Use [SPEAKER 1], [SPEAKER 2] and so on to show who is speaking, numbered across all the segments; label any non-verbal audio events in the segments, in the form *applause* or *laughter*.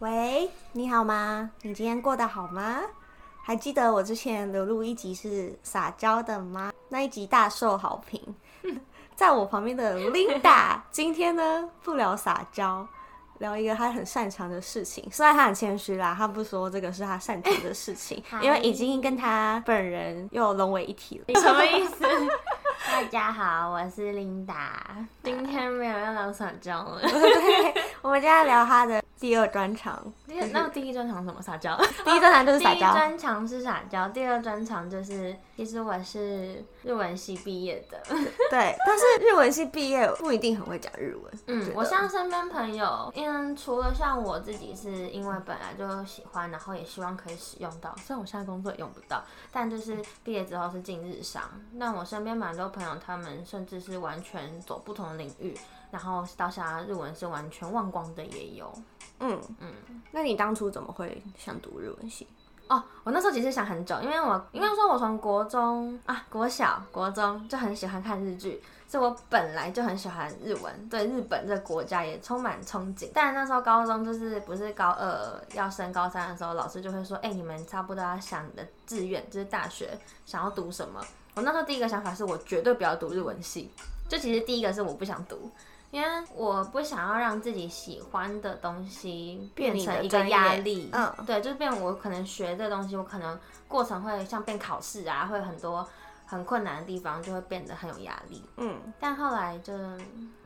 [SPEAKER 1] 喂，你好吗？你今天过得好吗？还记得我之前流录一集是撒娇的吗？那一集大受好评。 *laughs* 在我旁边的
[SPEAKER 2] *laughs*
[SPEAKER 1] Linda，今天呢不聊撒娇，聊一个她很擅长的事情。虽然她很谦虚啦，她不说这个是她擅长的事情
[SPEAKER 2] *laughs* 好，
[SPEAKER 1] 因为已经跟她本人又融为一体了。 *laughs*
[SPEAKER 2] 你什么意思？ *laughs* 大家好，我是琳达。今天没有要聊撒娇了。
[SPEAKER 1] 对，我们今天聊她的第二专场，
[SPEAKER 2] 那我第一专场是什么撒 *laughs* 娇？
[SPEAKER 1] 第一专场就是
[SPEAKER 2] 哦第
[SPEAKER 1] 撒
[SPEAKER 2] 一
[SPEAKER 1] 娇。
[SPEAKER 2] 专场是撒娇，第二专场就是，其实我是日文系毕业的。
[SPEAKER 1] 对，但是日文系毕业不一定很会讲日文。觉
[SPEAKER 2] 嗯，
[SPEAKER 1] 得
[SPEAKER 2] 我像身边朋友，嗯，除了像我自己是因为本来就喜欢，然后也希望可以使用到，虽然我现在工作也用不到，但就是毕业之后是进日商。那我身边蛮多朋友，他们甚至是完全走不同的领域，然后到现在日文是完全忘光的也有。
[SPEAKER 1] 嗯嗯，那你当初怎么会想读日文系？
[SPEAKER 2] 哦，我那时候其实想很久，因为我应该说，我从国中啊、国小、国中就很喜欢看日剧，所以我本来就很喜欢日文，对日本这个国家也充满憧憬。但那时候高中就是不是高二要升高三的时候，老师就会说：“哎、你们差不多要想你的志愿，就是大学想要读什么。”我那时候第一个想法是我绝对不要读日文系，就其实第一个是我不想读。因为我不想要让自己喜欢的东西
[SPEAKER 1] 变
[SPEAKER 2] 变
[SPEAKER 1] 你的
[SPEAKER 2] 成一个
[SPEAKER 1] 专业
[SPEAKER 2] 压力，
[SPEAKER 1] 嗯
[SPEAKER 2] 对，就变我可能学这东西，我可能过程会像变考试啊，会很多很困难的地方，就会变得很有压力。
[SPEAKER 1] 嗯，
[SPEAKER 2] 但后来就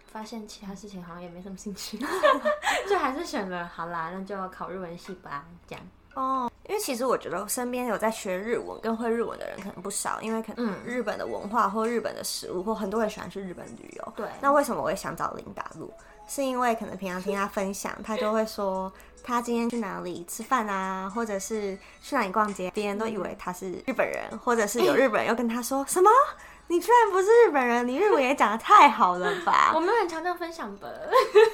[SPEAKER 2] 发现其他事情好像也没什么兴趣， *laughs* 就还是选了好啦，那就考日文系吧，这样。
[SPEAKER 1] 哦，因为其实我觉得身边有在学日文跟会日文的人可能不少，因为可能
[SPEAKER 2] 嗯
[SPEAKER 1] 日本的文化或日本的食物，或很多人喜欢去日本旅游。
[SPEAKER 2] 对
[SPEAKER 1] 那为什么我会想找琳达录？是因为可能平常听她分享，她就会说她今天去哪里吃饭啊，或者是去哪里逛街，别人都以为她是日本人，或者是有日本人又跟她说什么。你居然不是日本人，你日文也讲的太好了吧 *laughs*
[SPEAKER 2] 我？没有很强调分享的，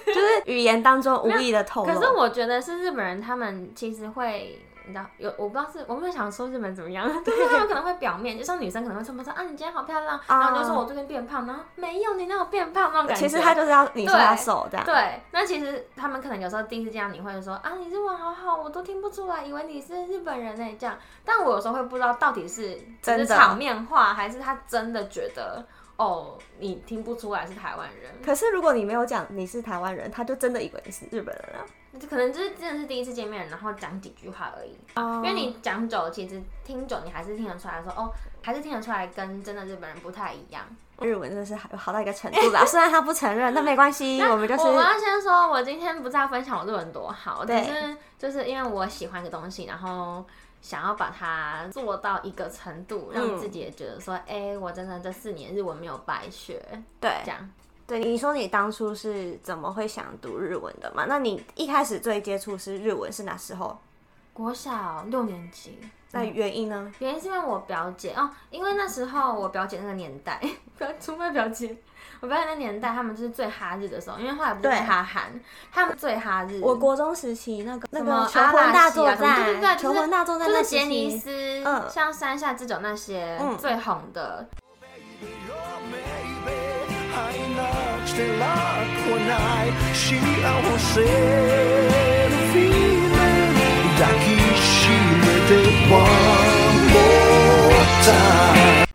[SPEAKER 1] 就是语言当中无意的透露。
[SPEAKER 2] 可是我觉得是日本人，他们其实会。你知道有我不知道是我没有想说日本人怎么样，就是他们可能会表面，就像女生可能会这么说啊，你今天好漂亮，然后你就说我最近变胖，然后没有你那种变胖那种感
[SPEAKER 1] 其
[SPEAKER 2] 觉。
[SPEAKER 1] 实他就是要你说
[SPEAKER 2] 对
[SPEAKER 1] 他瘦这样。
[SPEAKER 2] 对，那其实他们可能有时候第一次见到你会说啊，你日文好好，我都听不出来，以为你是日本人呢、欸这样。但我有时候会不知道到底是只
[SPEAKER 1] 真的
[SPEAKER 2] 是场面话，还是他真的觉得哦，你听不出来是台湾人。
[SPEAKER 1] 可是如果你没有讲你是台湾人，他就真的以为你是日本人了。
[SPEAKER 2] 那就可能就是真的是第一次见面，然后讲几句话而已。
[SPEAKER 1] 哦
[SPEAKER 2] 因为你讲久，了，其实听久你还是听得出来说哦，还是听得出来跟真的日本人不太一样。
[SPEAKER 1] 日文真的是好好到一个程度
[SPEAKER 2] *laughs*
[SPEAKER 1] 啦，虽然他不承认，但没关系，我们就是
[SPEAKER 2] 我要先说，我今天不是要分享我日文多好，
[SPEAKER 1] 对
[SPEAKER 2] 只是就是因为我喜欢一个东西，然后想要把它做到一个程度，让自己也觉得说，哎、我真的这四年日文没有白学，
[SPEAKER 1] 对
[SPEAKER 2] 这样。
[SPEAKER 1] 对。你说你当初是怎么会想读日文的嘛？那你一开始最接触是日文是哪时候？
[SPEAKER 2] 国小六年级，
[SPEAKER 1] 那原因呢？
[SPEAKER 2] 原因是因为我表姐哦，因为那时候我表姐那个年代， *laughs* 表出卖表姐，我表姐那年代他们就是最哈日的时候，因为后来不是
[SPEAKER 1] 对
[SPEAKER 2] 哈韩，他们最哈日。
[SPEAKER 1] 我国中时期那个那
[SPEAKER 2] 什
[SPEAKER 1] 个
[SPEAKER 2] 么
[SPEAKER 1] 求
[SPEAKER 2] 阿
[SPEAKER 1] 婚
[SPEAKER 2] 拉
[SPEAKER 1] 大
[SPEAKER 2] 西
[SPEAKER 1] 作
[SPEAKER 2] 啊什么
[SPEAKER 1] 战，
[SPEAKER 2] 对对对，
[SPEAKER 1] 求婚大作战
[SPEAKER 2] 就
[SPEAKER 1] 那
[SPEAKER 2] 是
[SPEAKER 1] 时
[SPEAKER 2] 杰尼
[SPEAKER 1] 期，
[SPEAKER 2] 斯，
[SPEAKER 1] 嗯
[SPEAKER 2] 像山下智久那些、
[SPEAKER 1] 嗯
[SPEAKER 2] 最红的，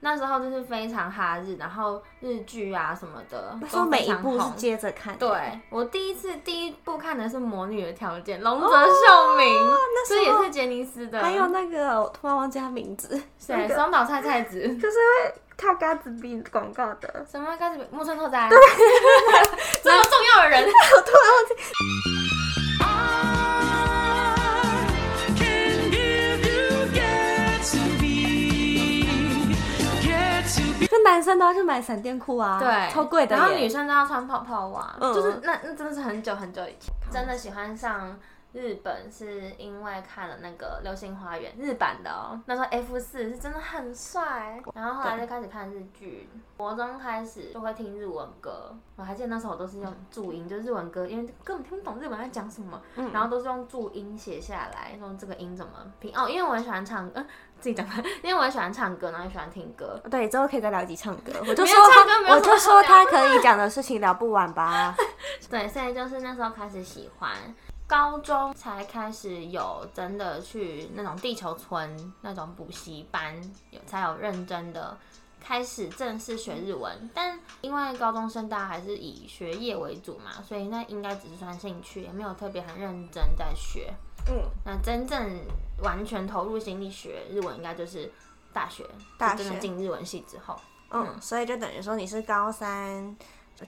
[SPEAKER 2] 那时候就是非常哈日，然后日剧啊什么的，
[SPEAKER 1] 他说
[SPEAKER 2] 都
[SPEAKER 1] 每
[SPEAKER 2] 非
[SPEAKER 1] 一
[SPEAKER 2] 常
[SPEAKER 1] 部是
[SPEAKER 2] 红
[SPEAKER 1] 接着看，
[SPEAKER 2] 对我第一次第一部看的是《魔女的条件》，龙泽秀明，
[SPEAKER 1] 哦那时
[SPEAKER 2] 这
[SPEAKER 1] 候
[SPEAKER 2] 也是杰尼斯的，
[SPEAKER 1] 还有那个我突然忘记他名
[SPEAKER 2] *laughs*
[SPEAKER 1] 字，
[SPEAKER 2] 谁
[SPEAKER 1] 那个
[SPEAKER 2] 松岛菜菜子，
[SPEAKER 1] *laughs* 就是会靠嘎子比广告的，
[SPEAKER 2] 什么开始木村拓哉， *laughs* 这么重要的人，
[SPEAKER 1] 我突然忘记。就男生都要去买闪电裤啊，
[SPEAKER 2] 对，
[SPEAKER 1] 超贵的耶。
[SPEAKER 2] 然后女生都要穿泡泡袜，
[SPEAKER 1] 嗯
[SPEAKER 2] 就是那那真的是很久很久以前，真的喜欢上。日本是因为看了那个《流星花园》日版的哦，那时候 F 四是真的很帅，然后后来就开始看日剧，国中开始就会听日文歌，我还记得那时候我都是用注音，就是日文歌，因为根本听不懂日文在讲什么，
[SPEAKER 1] 嗯
[SPEAKER 2] 然后都是用注音写下来，用这个音怎么拼哦，因为我很喜欢唱，嗯，自己讲 *laughs* 吧，因为我很喜欢唱歌，然后也喜欢听歌，
[SPEAKER 1] 对，之后可以再聊一集唱歌。我就
[SPEAKER 2] 没
[SPEAKER 1] 说
[SPEAKER 2] 有唱歌
[SPEAKER 1] 他，
[SPEAKER 2] 没有
[SPEAKER 1] 我
[SPEAKER 2] 什么
[SPEAKER 1] 就
[SPEAKER 2] 好
[SPEAKER 1] 说
[SPEAKER 2] 聊
[SPEAKER 1] 他可以讲的事情聊不完吧。
[SPEAKER 2] 对，所以就是那时候开始喜欢。高中才开始有真的去那种地球村那种补习班，有才有认真的开始正式学日文。但因为高中生大家还是以学业为主嘛，所以那应该只是算兴趣，也没有特别很认真在学。
[SPEAKER 1] *laughs* 嗯，
[SPEAKER 2] 那真正完全投入心力学日文，应该就是大学，
[SPEAKER 1] 大
[SPEAKER 2] 就真
[SPEAKER 1] 学
[SPEAKER 2] 的进日文系之后。
[SPEAKER 1] 嗯，所以就等于说你是高三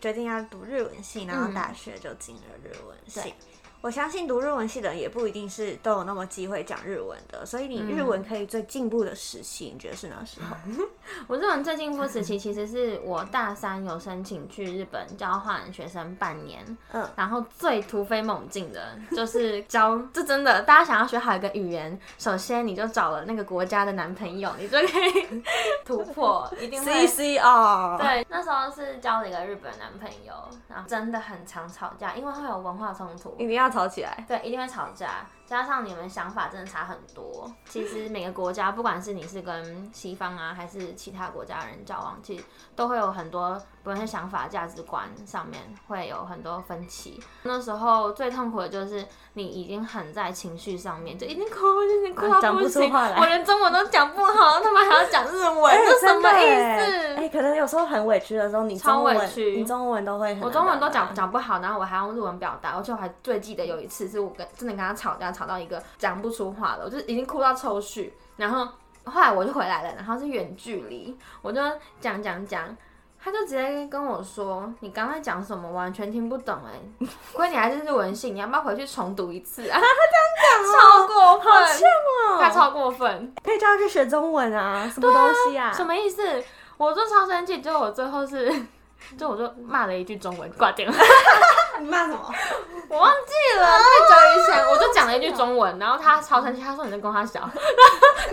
[SPEAKER 1] 决定要读日文系，然后大学就进了日文系。
[SPEAKER 2] 对
[SPEAKER 1] 我相信读日文系的人也不一定是都有那么机会讲日文的，所以你日文可以最进步的时期，你觉得是哪时候？
[SPEAKER 2] 我日文最进步时期其实是我大三有申请去日本交换学生半年，
[SPEAKER 1] 嗯
[SPEAKER 2] 然后最突飞猛进的就是教，这真的，大家想要学好一个语言，首先你就找了那个国家的男朋友，你就可以突破，一定
[SPEAKER 1] 嗯，C
[SPEAKER 2] 会。
[SPEAKER 1] C R，，
[SPEAKER 2] 对，那时候是交了一个日本男朋友，然后真的很常吵架，因为会有文化冲突。
[SPEAKER 1] 一定要吵起来。
[SPEAKER 2] 对，一定会吵架，加上你们想法真的差很多。其实每个国家，不管是你是跟西方啊，还是其他国家的人交往，其实都会有很多，不论是想法、价值观上面会有很多分歧。那时候最痛苦的就是你已经很在情绪上面，就已经哭，已经哭
[SPEAKER 1] 啊
[SPEAKER 2] 到
[SPEAKER 1] 讲不
[SPEAKER 2] 不
[SPEAKER 1] 出
[SPEAKER 2] 行，
[SPEAKER 1] 话来
[SPEAKER 2] 我连中文都讲不好，他们还要讲日
[SPEAKER 1] *laughs*
[SPEAKER 2] 文，
[SPEAKER 1] 哎
[SPEAKER 2] 这什
[SPEAKER 1] 真的
[SPEAKER 2] 么
[SPEAKER 1] 耶
[SPEAKER 2] 意
[SPEAKER 1] 哎、
[SPEAKER 2] 思？
[SPEAKER 1] 可能有时候很委屈的时候，你
[SPEAKER 2] 超
[SPEAKER 1] 中文
[SPEAKER 2] 委屈
[SPEAKER 1] 你中文都会很
[SPEAKER 2] 我
[SPEAKER 1] 难
[SPEAKER 2] 中文都
[SPEAKER 1] 表达
[SPEAKER 2] 讲讲不好，然后我还要用日文表达，而且我还最记得有一次是我跟真的跟他吵架，吵到一个讲不出话了，我就已经哭到抽搐，然后后来我就回来了，然后是远距离，我就讲讲讲。他就直接跟我说：“你刚才讲什么，完全听不懂哎、欸，亏你还是日文系，你要不要回去重读一次啊？” *laughs* 他这样讲、超过分，
[SPEAKER 1] 哦
[SPEAKER 2] 他超过分。
[SPEAKER 1] 可以叫他去学中文啊，什么东西啊？
[SPEAKER 2] 什么意思？我就超生气，就我最后是， *laughs* 就我就骂了一句中文，挂电话。
[SPEAKER 1] 你骂什
[SPEAKER 2] *laughs*
[SPEAKER 1] 么？
[SPEAKER 2] 我忘
[SPEAKER 1] 啊
[SPEAKER 2] 记了，太久以前我就讲了一句中文，然后他超生气，他说你在跟他小，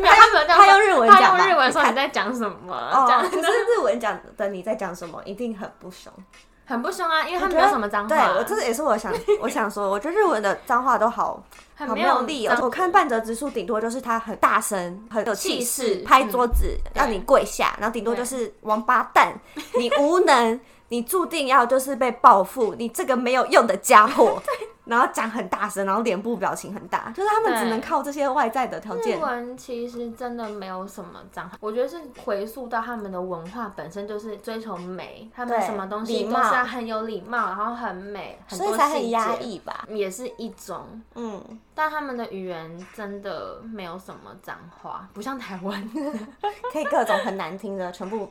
[SPEAKER 2] 没有，他没有这样说，
[SPEAKER 1] 他用日文
[SPEAKER 2] 他
[SPEAKER 1] 讲吧
[SPEAKER 2] 用日文说你在讲什么，这
[SPEAKER 1] 哦，
[SPEAKER 2] 样
[SPEAKER 1] 可是日文讲的你在讲什么，一定很不熟。
[SPEAKER 2] 很不凶啊，因为他
[SPEAKER 1] 我觉
[SPEAKER 2] 没
[SPEAKER 1] 得
[SPEAKER 2] 有什么脏话，
[SPEAKER 1] 对我这也是我想我想说，我觉得日文的脏话都好
[SPEAKER 2] 很
[SPEAKER 1] 好
[SPEAKER 2] 没
[SPEAKER 1] 没
[SPEAKER 2] 有
[SPEAKER 1] 有力
[SPEAKER 2] 脏
[SPEAKER 1] 哦。我看半泽直树顶多就是他很大声，很有气
[SPEAKER 2] 气
[SPEAKER 1] 势嗯
[SPEAKER 2] 势，
[SPEAKER 1] 拍桌子、让你跪下，然后顶多就
[SPEAKER 2] 对
[SPEAKER 1] 是王八蛋，你无能，你注定要就是被报复，你这个没有用的家伙。 *laughs* 然后讲很大声，然后脸部表情很大，就是他们只
[SPEAKER 2] 对
[SPEAKER 1] 能靠这些外在的条件
[SPEAKER 2] 日。文其实真的没有什么脏话，我觉得是回溯到他们的文化本身就是追求美，他们
[SPEAKER 1] 对
[SPEAKER 2] 什么东
[SPEAKER 1] 礼
[SPEAKER 2] 西都
[SPEAKER 1] 貌
[SPEAKER 2] 是要很有礼貌，然后很美，很
[SPEAKER 1] 所
[SPEAKER 2] 多
[SPEAKER 1] 以才
[SPEAKER 2] 细
[SPEAKER 1] 很压
[SPEAKER 2] 节，
[SPEAKER 1] 抑吧，
[SPEAKER 2] 也是一种
[SPEAKER 1] 嗯，
[SPEAKER 2] 但他们的语言真的没有什么脏话，不像台湾。
[SPEAKER 1] 可以各种很难听的，全部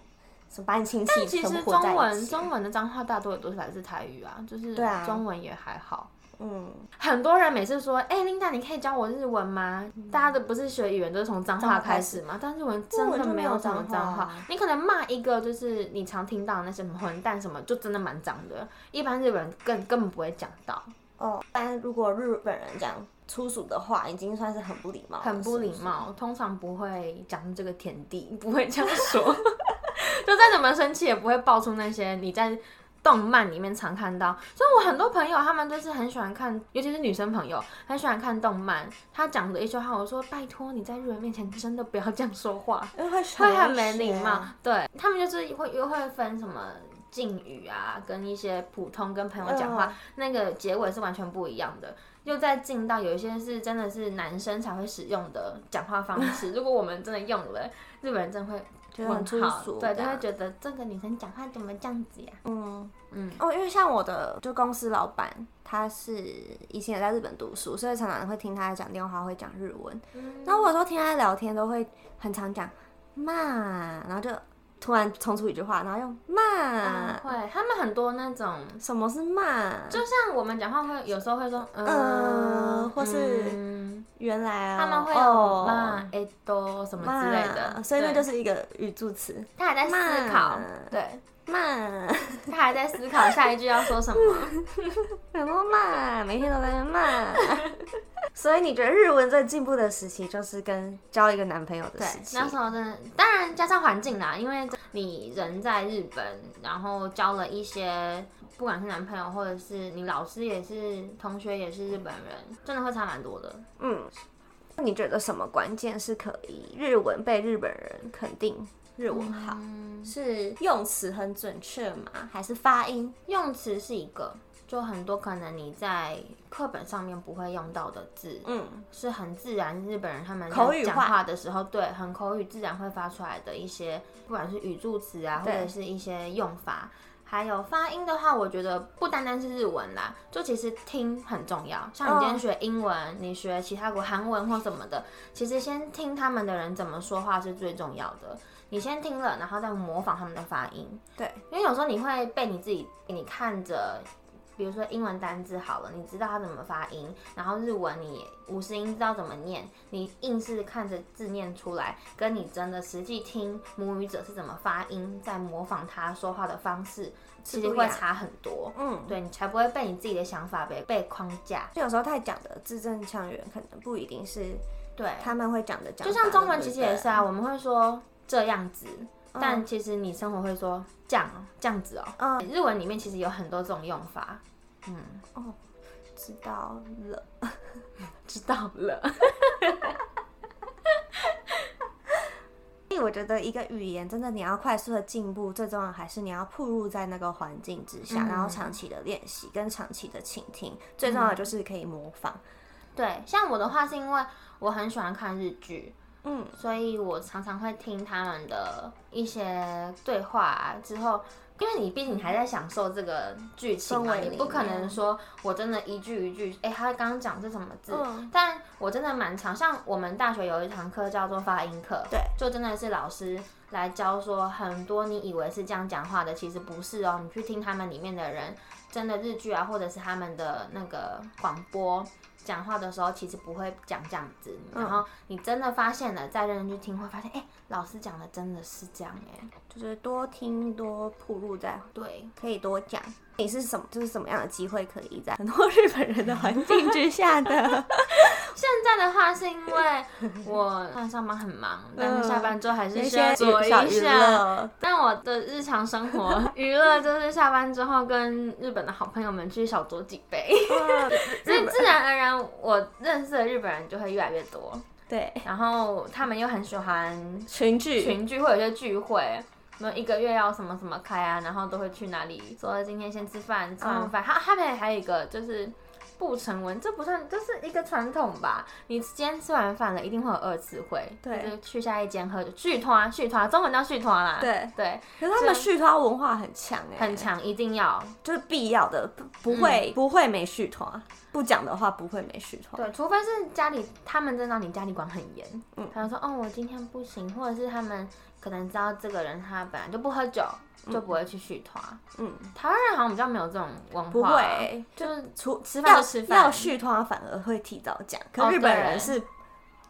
[SPEAKER 1] 什么把你亲戚
[SPEAKER 2] 但其
[SPEAKER 1] 全部
[SPEAKER 2] 实
[SPEAKER 1] 混
[SPEAKER 2] 中
[SPEAKER 1] 在一
[SPEAKER 2] 文
[SPEAKER 1] 起。
[SPEAKER 2] 中文的脏话大多也都是来自台语啊，就是
[SPEAKER 1] 对啊
[SPEAKER 2] 中文也还好。
[SPEAKER 1] 嗯，
[SPEAKER 2] 很多人每次说：“哎、琳达，你可以教我日文吗？”
[SPEAKER 1] 嗯
[SPEAKER 2] 大家的不是学语言都是从脏话开始嘛？但日文真
[SPEAKER 1] 日文
[SPEAKER 2] 的
[SPEAKER 1] 就没
[SPEAKER 2] 没
[SPEAKER 1] 有
[SPEAKER 2] 有什么
[SPEAKER 1] 脏
[SPEAKER 2] 脏
[SPEAKER 1] 话啊
[SPEAKER 2] 话，你可能骂一个就是你常听到的那些什么混蛋什么，就真的蛮脏的。一般日本人更根本不会讲到，
[SPEAKER 1] 哦，但如果日本人讲粗俗的话，已经算是很不礼貌了，
[SPEAKER 2] 很不礼
[SPEAKER 1] 是
[SPEAKER 2] 貌，通常不会讲这个田地，不
[SPEAKER 1] *laughs*
[SPEAKER 2] 会这样说。 *laughs* 就再怎么生气，也不会爆出那些你在动漫里面常看到。所以我很多朋友，他们都是很喜欢看，尤其是女生朋友，很喜欢看动漫。他讲的一句话，我说拜托你在日本面前真的不要这样说话，
[SPEAKER 1] 不是，因为
[SPEAKER 2] 会
[SPEAKER 1] 会
[SPEAKER 2] 很没礼
[SPEAKER 1] 学
[SPEAKER 2] 貌
[SPEAKER 1] 啊。。
[SPEAKER 2] 对他们就是会又会分什么。敬语啊，跟一些普通跟朋友讲话，
[SPEAKER 1] 嗯
[SPEAKER 2] 那个结尾是完全不一样的。又再进到有一些是真的是男生才会使用的讲话方
[SPEAKER 1] *laughs*
[SPEAKER 2] 式，如果我们真的用了，日本人真的会
[SPEAKER 1] 觉得很粗
[SPEAKER 2] 问号
[SPEAKER 1] 俗啊
[SPEAKER 2] 对，
[SPEAKER 1] 这
[SPEAKER 2] 就
[SPEAKER 1] 样
[SPEAKER 2] 会觉得这个女生讲话怎么这样子呀？
[SPEAKER 1] 嗯
[SPEAKER 2] 嗯，
[SPEAKER 1] 哦，因为像我的就公司老板，他是以前也在日本读书，所以常常会听他讲电话，会讲日文。然后我有时候听他聊天，都会很常讲嘛，然后就突然冲出一句话，然后用
[SPEAKER 2] 嗯
[SPEAKER 1] 嘛，
[SPEAKER 2] 会，他们很多那种，
[SPEAKER 1] 什么是嘛？
[SPEAKER 2] 就像我们讲话会有时候会说，嗯、
[SPEAKER 1] 呃或是
[SPEAKER 2] 嗯
[SPEAKER 1] 原来、哦、
[SPEAKER 2] 他们会有
[SPEAKER 1] 哦
[SPEAKER 2] 嘛、哎都什么
[SPEAKER 1] 嘛
[SPEAKER 2] 之类的，
[SPEAKER 1] 所以那
[SPEAKER 2] 对
[SPEAKER 1] 就是一个语助词。
[SPEAKER 2] 他还在思考
[SPEAKER 1] 嘛，
[SPEAKER 2] 对，
[SPEAKER 1] 慢，
[SPEAKER 2] 他还在思考下一句要说
[SPEAKER 1] *laughs*
[SPEAKER 2] 什么。
[SPEAKER 1] 然后慢，每天都在那边
[SPEAKER 2] *laughs*
[SPEAKER 1] 慢。所以你觉得日文最进步的时期，就是跟交一个男朋友的
[SPEAKER 2] 对
[SPEAKER 1] 时，期
[SPEAKER 2] 那。时候真的，当然加上环境啦，因为你人在日本，然后交了一些，不管是男朋友或者是你老师也是，同学也是日本人，真的会差蛮多的。
[SPEAKER 1] 嗯，那你觉得什么关键是可以日文被日本人肯定日文好？
[SPEAKER 2] 嗯，
[SPEAKER 1] 是用词很准确吗？还是发音？
[SPEAKER 2] 用词是一个，就很多可能你在课本上面不会用到的字，
[SPEAKER 1] 嗯，
[SPEAKER 2] 是很自然日本人他们在
[SPEAKER 1] 口语化
[SPEAKER 2] 讲话的时候，对，很口语自然会发出来的一些，不管是语助词啊，或
[SPEAKER 1] 对
[SPEAKER 2] 者是一些用法。还有发音的话，我觉得不单单是日文啦，就其实听很重要。像你
[SPEAKER 1] 哦
[SPEAKER 2] 今天学英文，你学其他国韩文或什么的，其实先听他们的人怎么说话是最重要的。你先听了，然后再模仿他们的发音。
[SPEAKER 1] 对，
[SPEAKER 2] 因为有时候你会被你自己，你看着，比如说英文单字好了，你知道它怎么发音，然后日文你五十音知道怎么念，你硬是看着字念出来，跟你真的实际听母语者是怎么发音，在模仿他说话的方式，其实
[SPEAKER 1] 不一
[SPEAKER 2] 会
[SPEAKER 1] 样
[SPEAKER 2] 差很多。
[SPEAKER 1] 嗯，
[SPEAKER 2] 对你才不会被你自己的想法被被框
[SPEAKER 1] *laughs*
[SPEAKER 2] 架。
[SPEAKER 1] 就有时候太讲的字正腔圆，可能不一定是
[SPEAKER 2] 对，
[SPEAKER 1] 他们会讲的讲
[SPEAKER 2] 就
[SPEAKER 1] 法。
[SPEAKER 2] 像中文
[SPEAKER 1] 对
[SPEAKER 2] 其
[SPEAKER 1] 不
[SPEAKER 2] 实
[SPEAKER 1] 对
[SPEAKER 2] 也是啊，我们会说这样子，
[SPEAKER 1] 嗯
[SPEAKER 2] 但其实你生活会说这样哦，这样子哦。
[SPEAKER 1] 嗯
[SPEAKER 2] 日文里面其实有很多种用法。嗯，
[SPEAKER 1] 知道了。
[SPEAKER 2] *laughs* 知道了。
[SPEAKER 1] 所以我觉得一个语言真的你要快速的进步，最重要还是你要铺入在那个环境之下，
[SPEAKER 2] 嗯
[SPEAKER 1] 然后长期的练习跟长期的倾听，最
[SPEAKER 2] 嗯
[SPEAKER 1] 重要的就是可以模仿。
[SPEAKER 2] 对，像我的话是因为我很喜欢看日剧，
[SPEAKER 1] 嗯，
[SPEAKER 2] 所以我常常会听他们的一些对话、啊、之后。因为你毕竟还在享受这个剧情嘛，
[SPEAKER 1] 氛围里
[SPEAKER 2] 你
[SPEAKER 1] 面
[SPEAKER 2] 不可能说我真的一句一句，哎、他刚刚讲是什么字？
[SPEAKER 1] 嗯
[SPEAKER 2] 但我真的蛮常，像我们大学有一堂课叫做发音课，
[SPEAKER 1] 对，
[SPEAKER 2] 就真的是老师来教说很多你以为是这样讲话的，其实不是哦。你去听他们里面的人真的日剧啊，或者是他们的那个广播讲话的时候，其实不会讲这样子。
[SPEAKER 1] 嗯
[SPEAKER 2] 然后你真的发现了，再认真去听，会发现，哎、老师讲的真的是这样哎、
[SPEAKER 1] 就是多听多铺入在，
[SPEAKER 2] 对，
[SPEAKER 1] 可以多讲。你是什么？就是什么样的机会可以在很多日本人的环境之下
[SPEAKER 2] *laughs*
[SPEAKER 1] 的？
[SPEAKER 2] 现在的话是因为
[SPEAKER 1] *laughs*
[SPEAKER 2] 我虽然上班很忙，但是下班之后还是
[SPEAKER 1] 一
[SPEAKER 2] 需要
[SPEAKER 1] 嗯些
[SPEAKER 2] 做一
[SPEAKER 1] 小娱
[SPEAKER 2] 下。
[SPEAKER 1] 乐，
[SPEAKER 2] 但我的日常生活娱乐就是下班之后跟日本的好朋友们去小酌几
[SPEAKER 1] *laughs*
[SPEAKER 2] 杯，
[SPEAKER 1] 嗯
[SPEAKER 2] 所以自然而然我认识的日本人就会越来越多。
[SPEAKER 1] 对，
[SPEAKER 2] 然后他们又很喜欢
[SPEAKER 1] 群聚
[SPEAKER 2] 群聚，会有一些聚会。我们一个月要什么什么开啊，然后都会去哪里？说今天先吃饭，吃
[SPEAKER 1] 嗯
[SPEAKER 2] 完饭，他他们还有一个就是不成文，这不算，这是一个传统吧。你今天吃完饭了，一定会有二次会，
[SPEAKER 1] 对
[SPEAKER 2] 就是去下一间喝酒，续团续团，中文叫续团啦，
[SPEAKER 1] 对
[SPEAKER 2] 对，
[SPEAKER 1] 可是他们续团文化很强嗯哎、
[SPEAKER 2] 很，强，一定要
[SPEAKER 1] 就是必要的，不不会、不会没续团，不讲的话不会没续啊团。
[SPEAKER 2] 对，哦除非是家里他们真的让你家里管很严，
[SPEAKER 1] 嗯
[SPEAKER 2] 他就说哦我今天不行，或者是他们可能知道这个人他本来就不喝酒，就不会去续团。
[SPEAKER 1] 嗯，
[SPEAKER 2] 台湾人好像比较没有这种文化，啊
[SPEAKER 1] 不会
[SPEAKER 2] 就是
[SPEAKER 1] 除
[SPEAKER 2] 吃饭
[SPEAKER 1] 要
[SPEAKER 2] 就吃饭
[SPEAKER 1] 要续团反而会提早讲，可
[SPEAKER 2] 哦
[SPEAKER 1] 日本
[SPEAKER 2] 对
[SPEAKER 1] 人是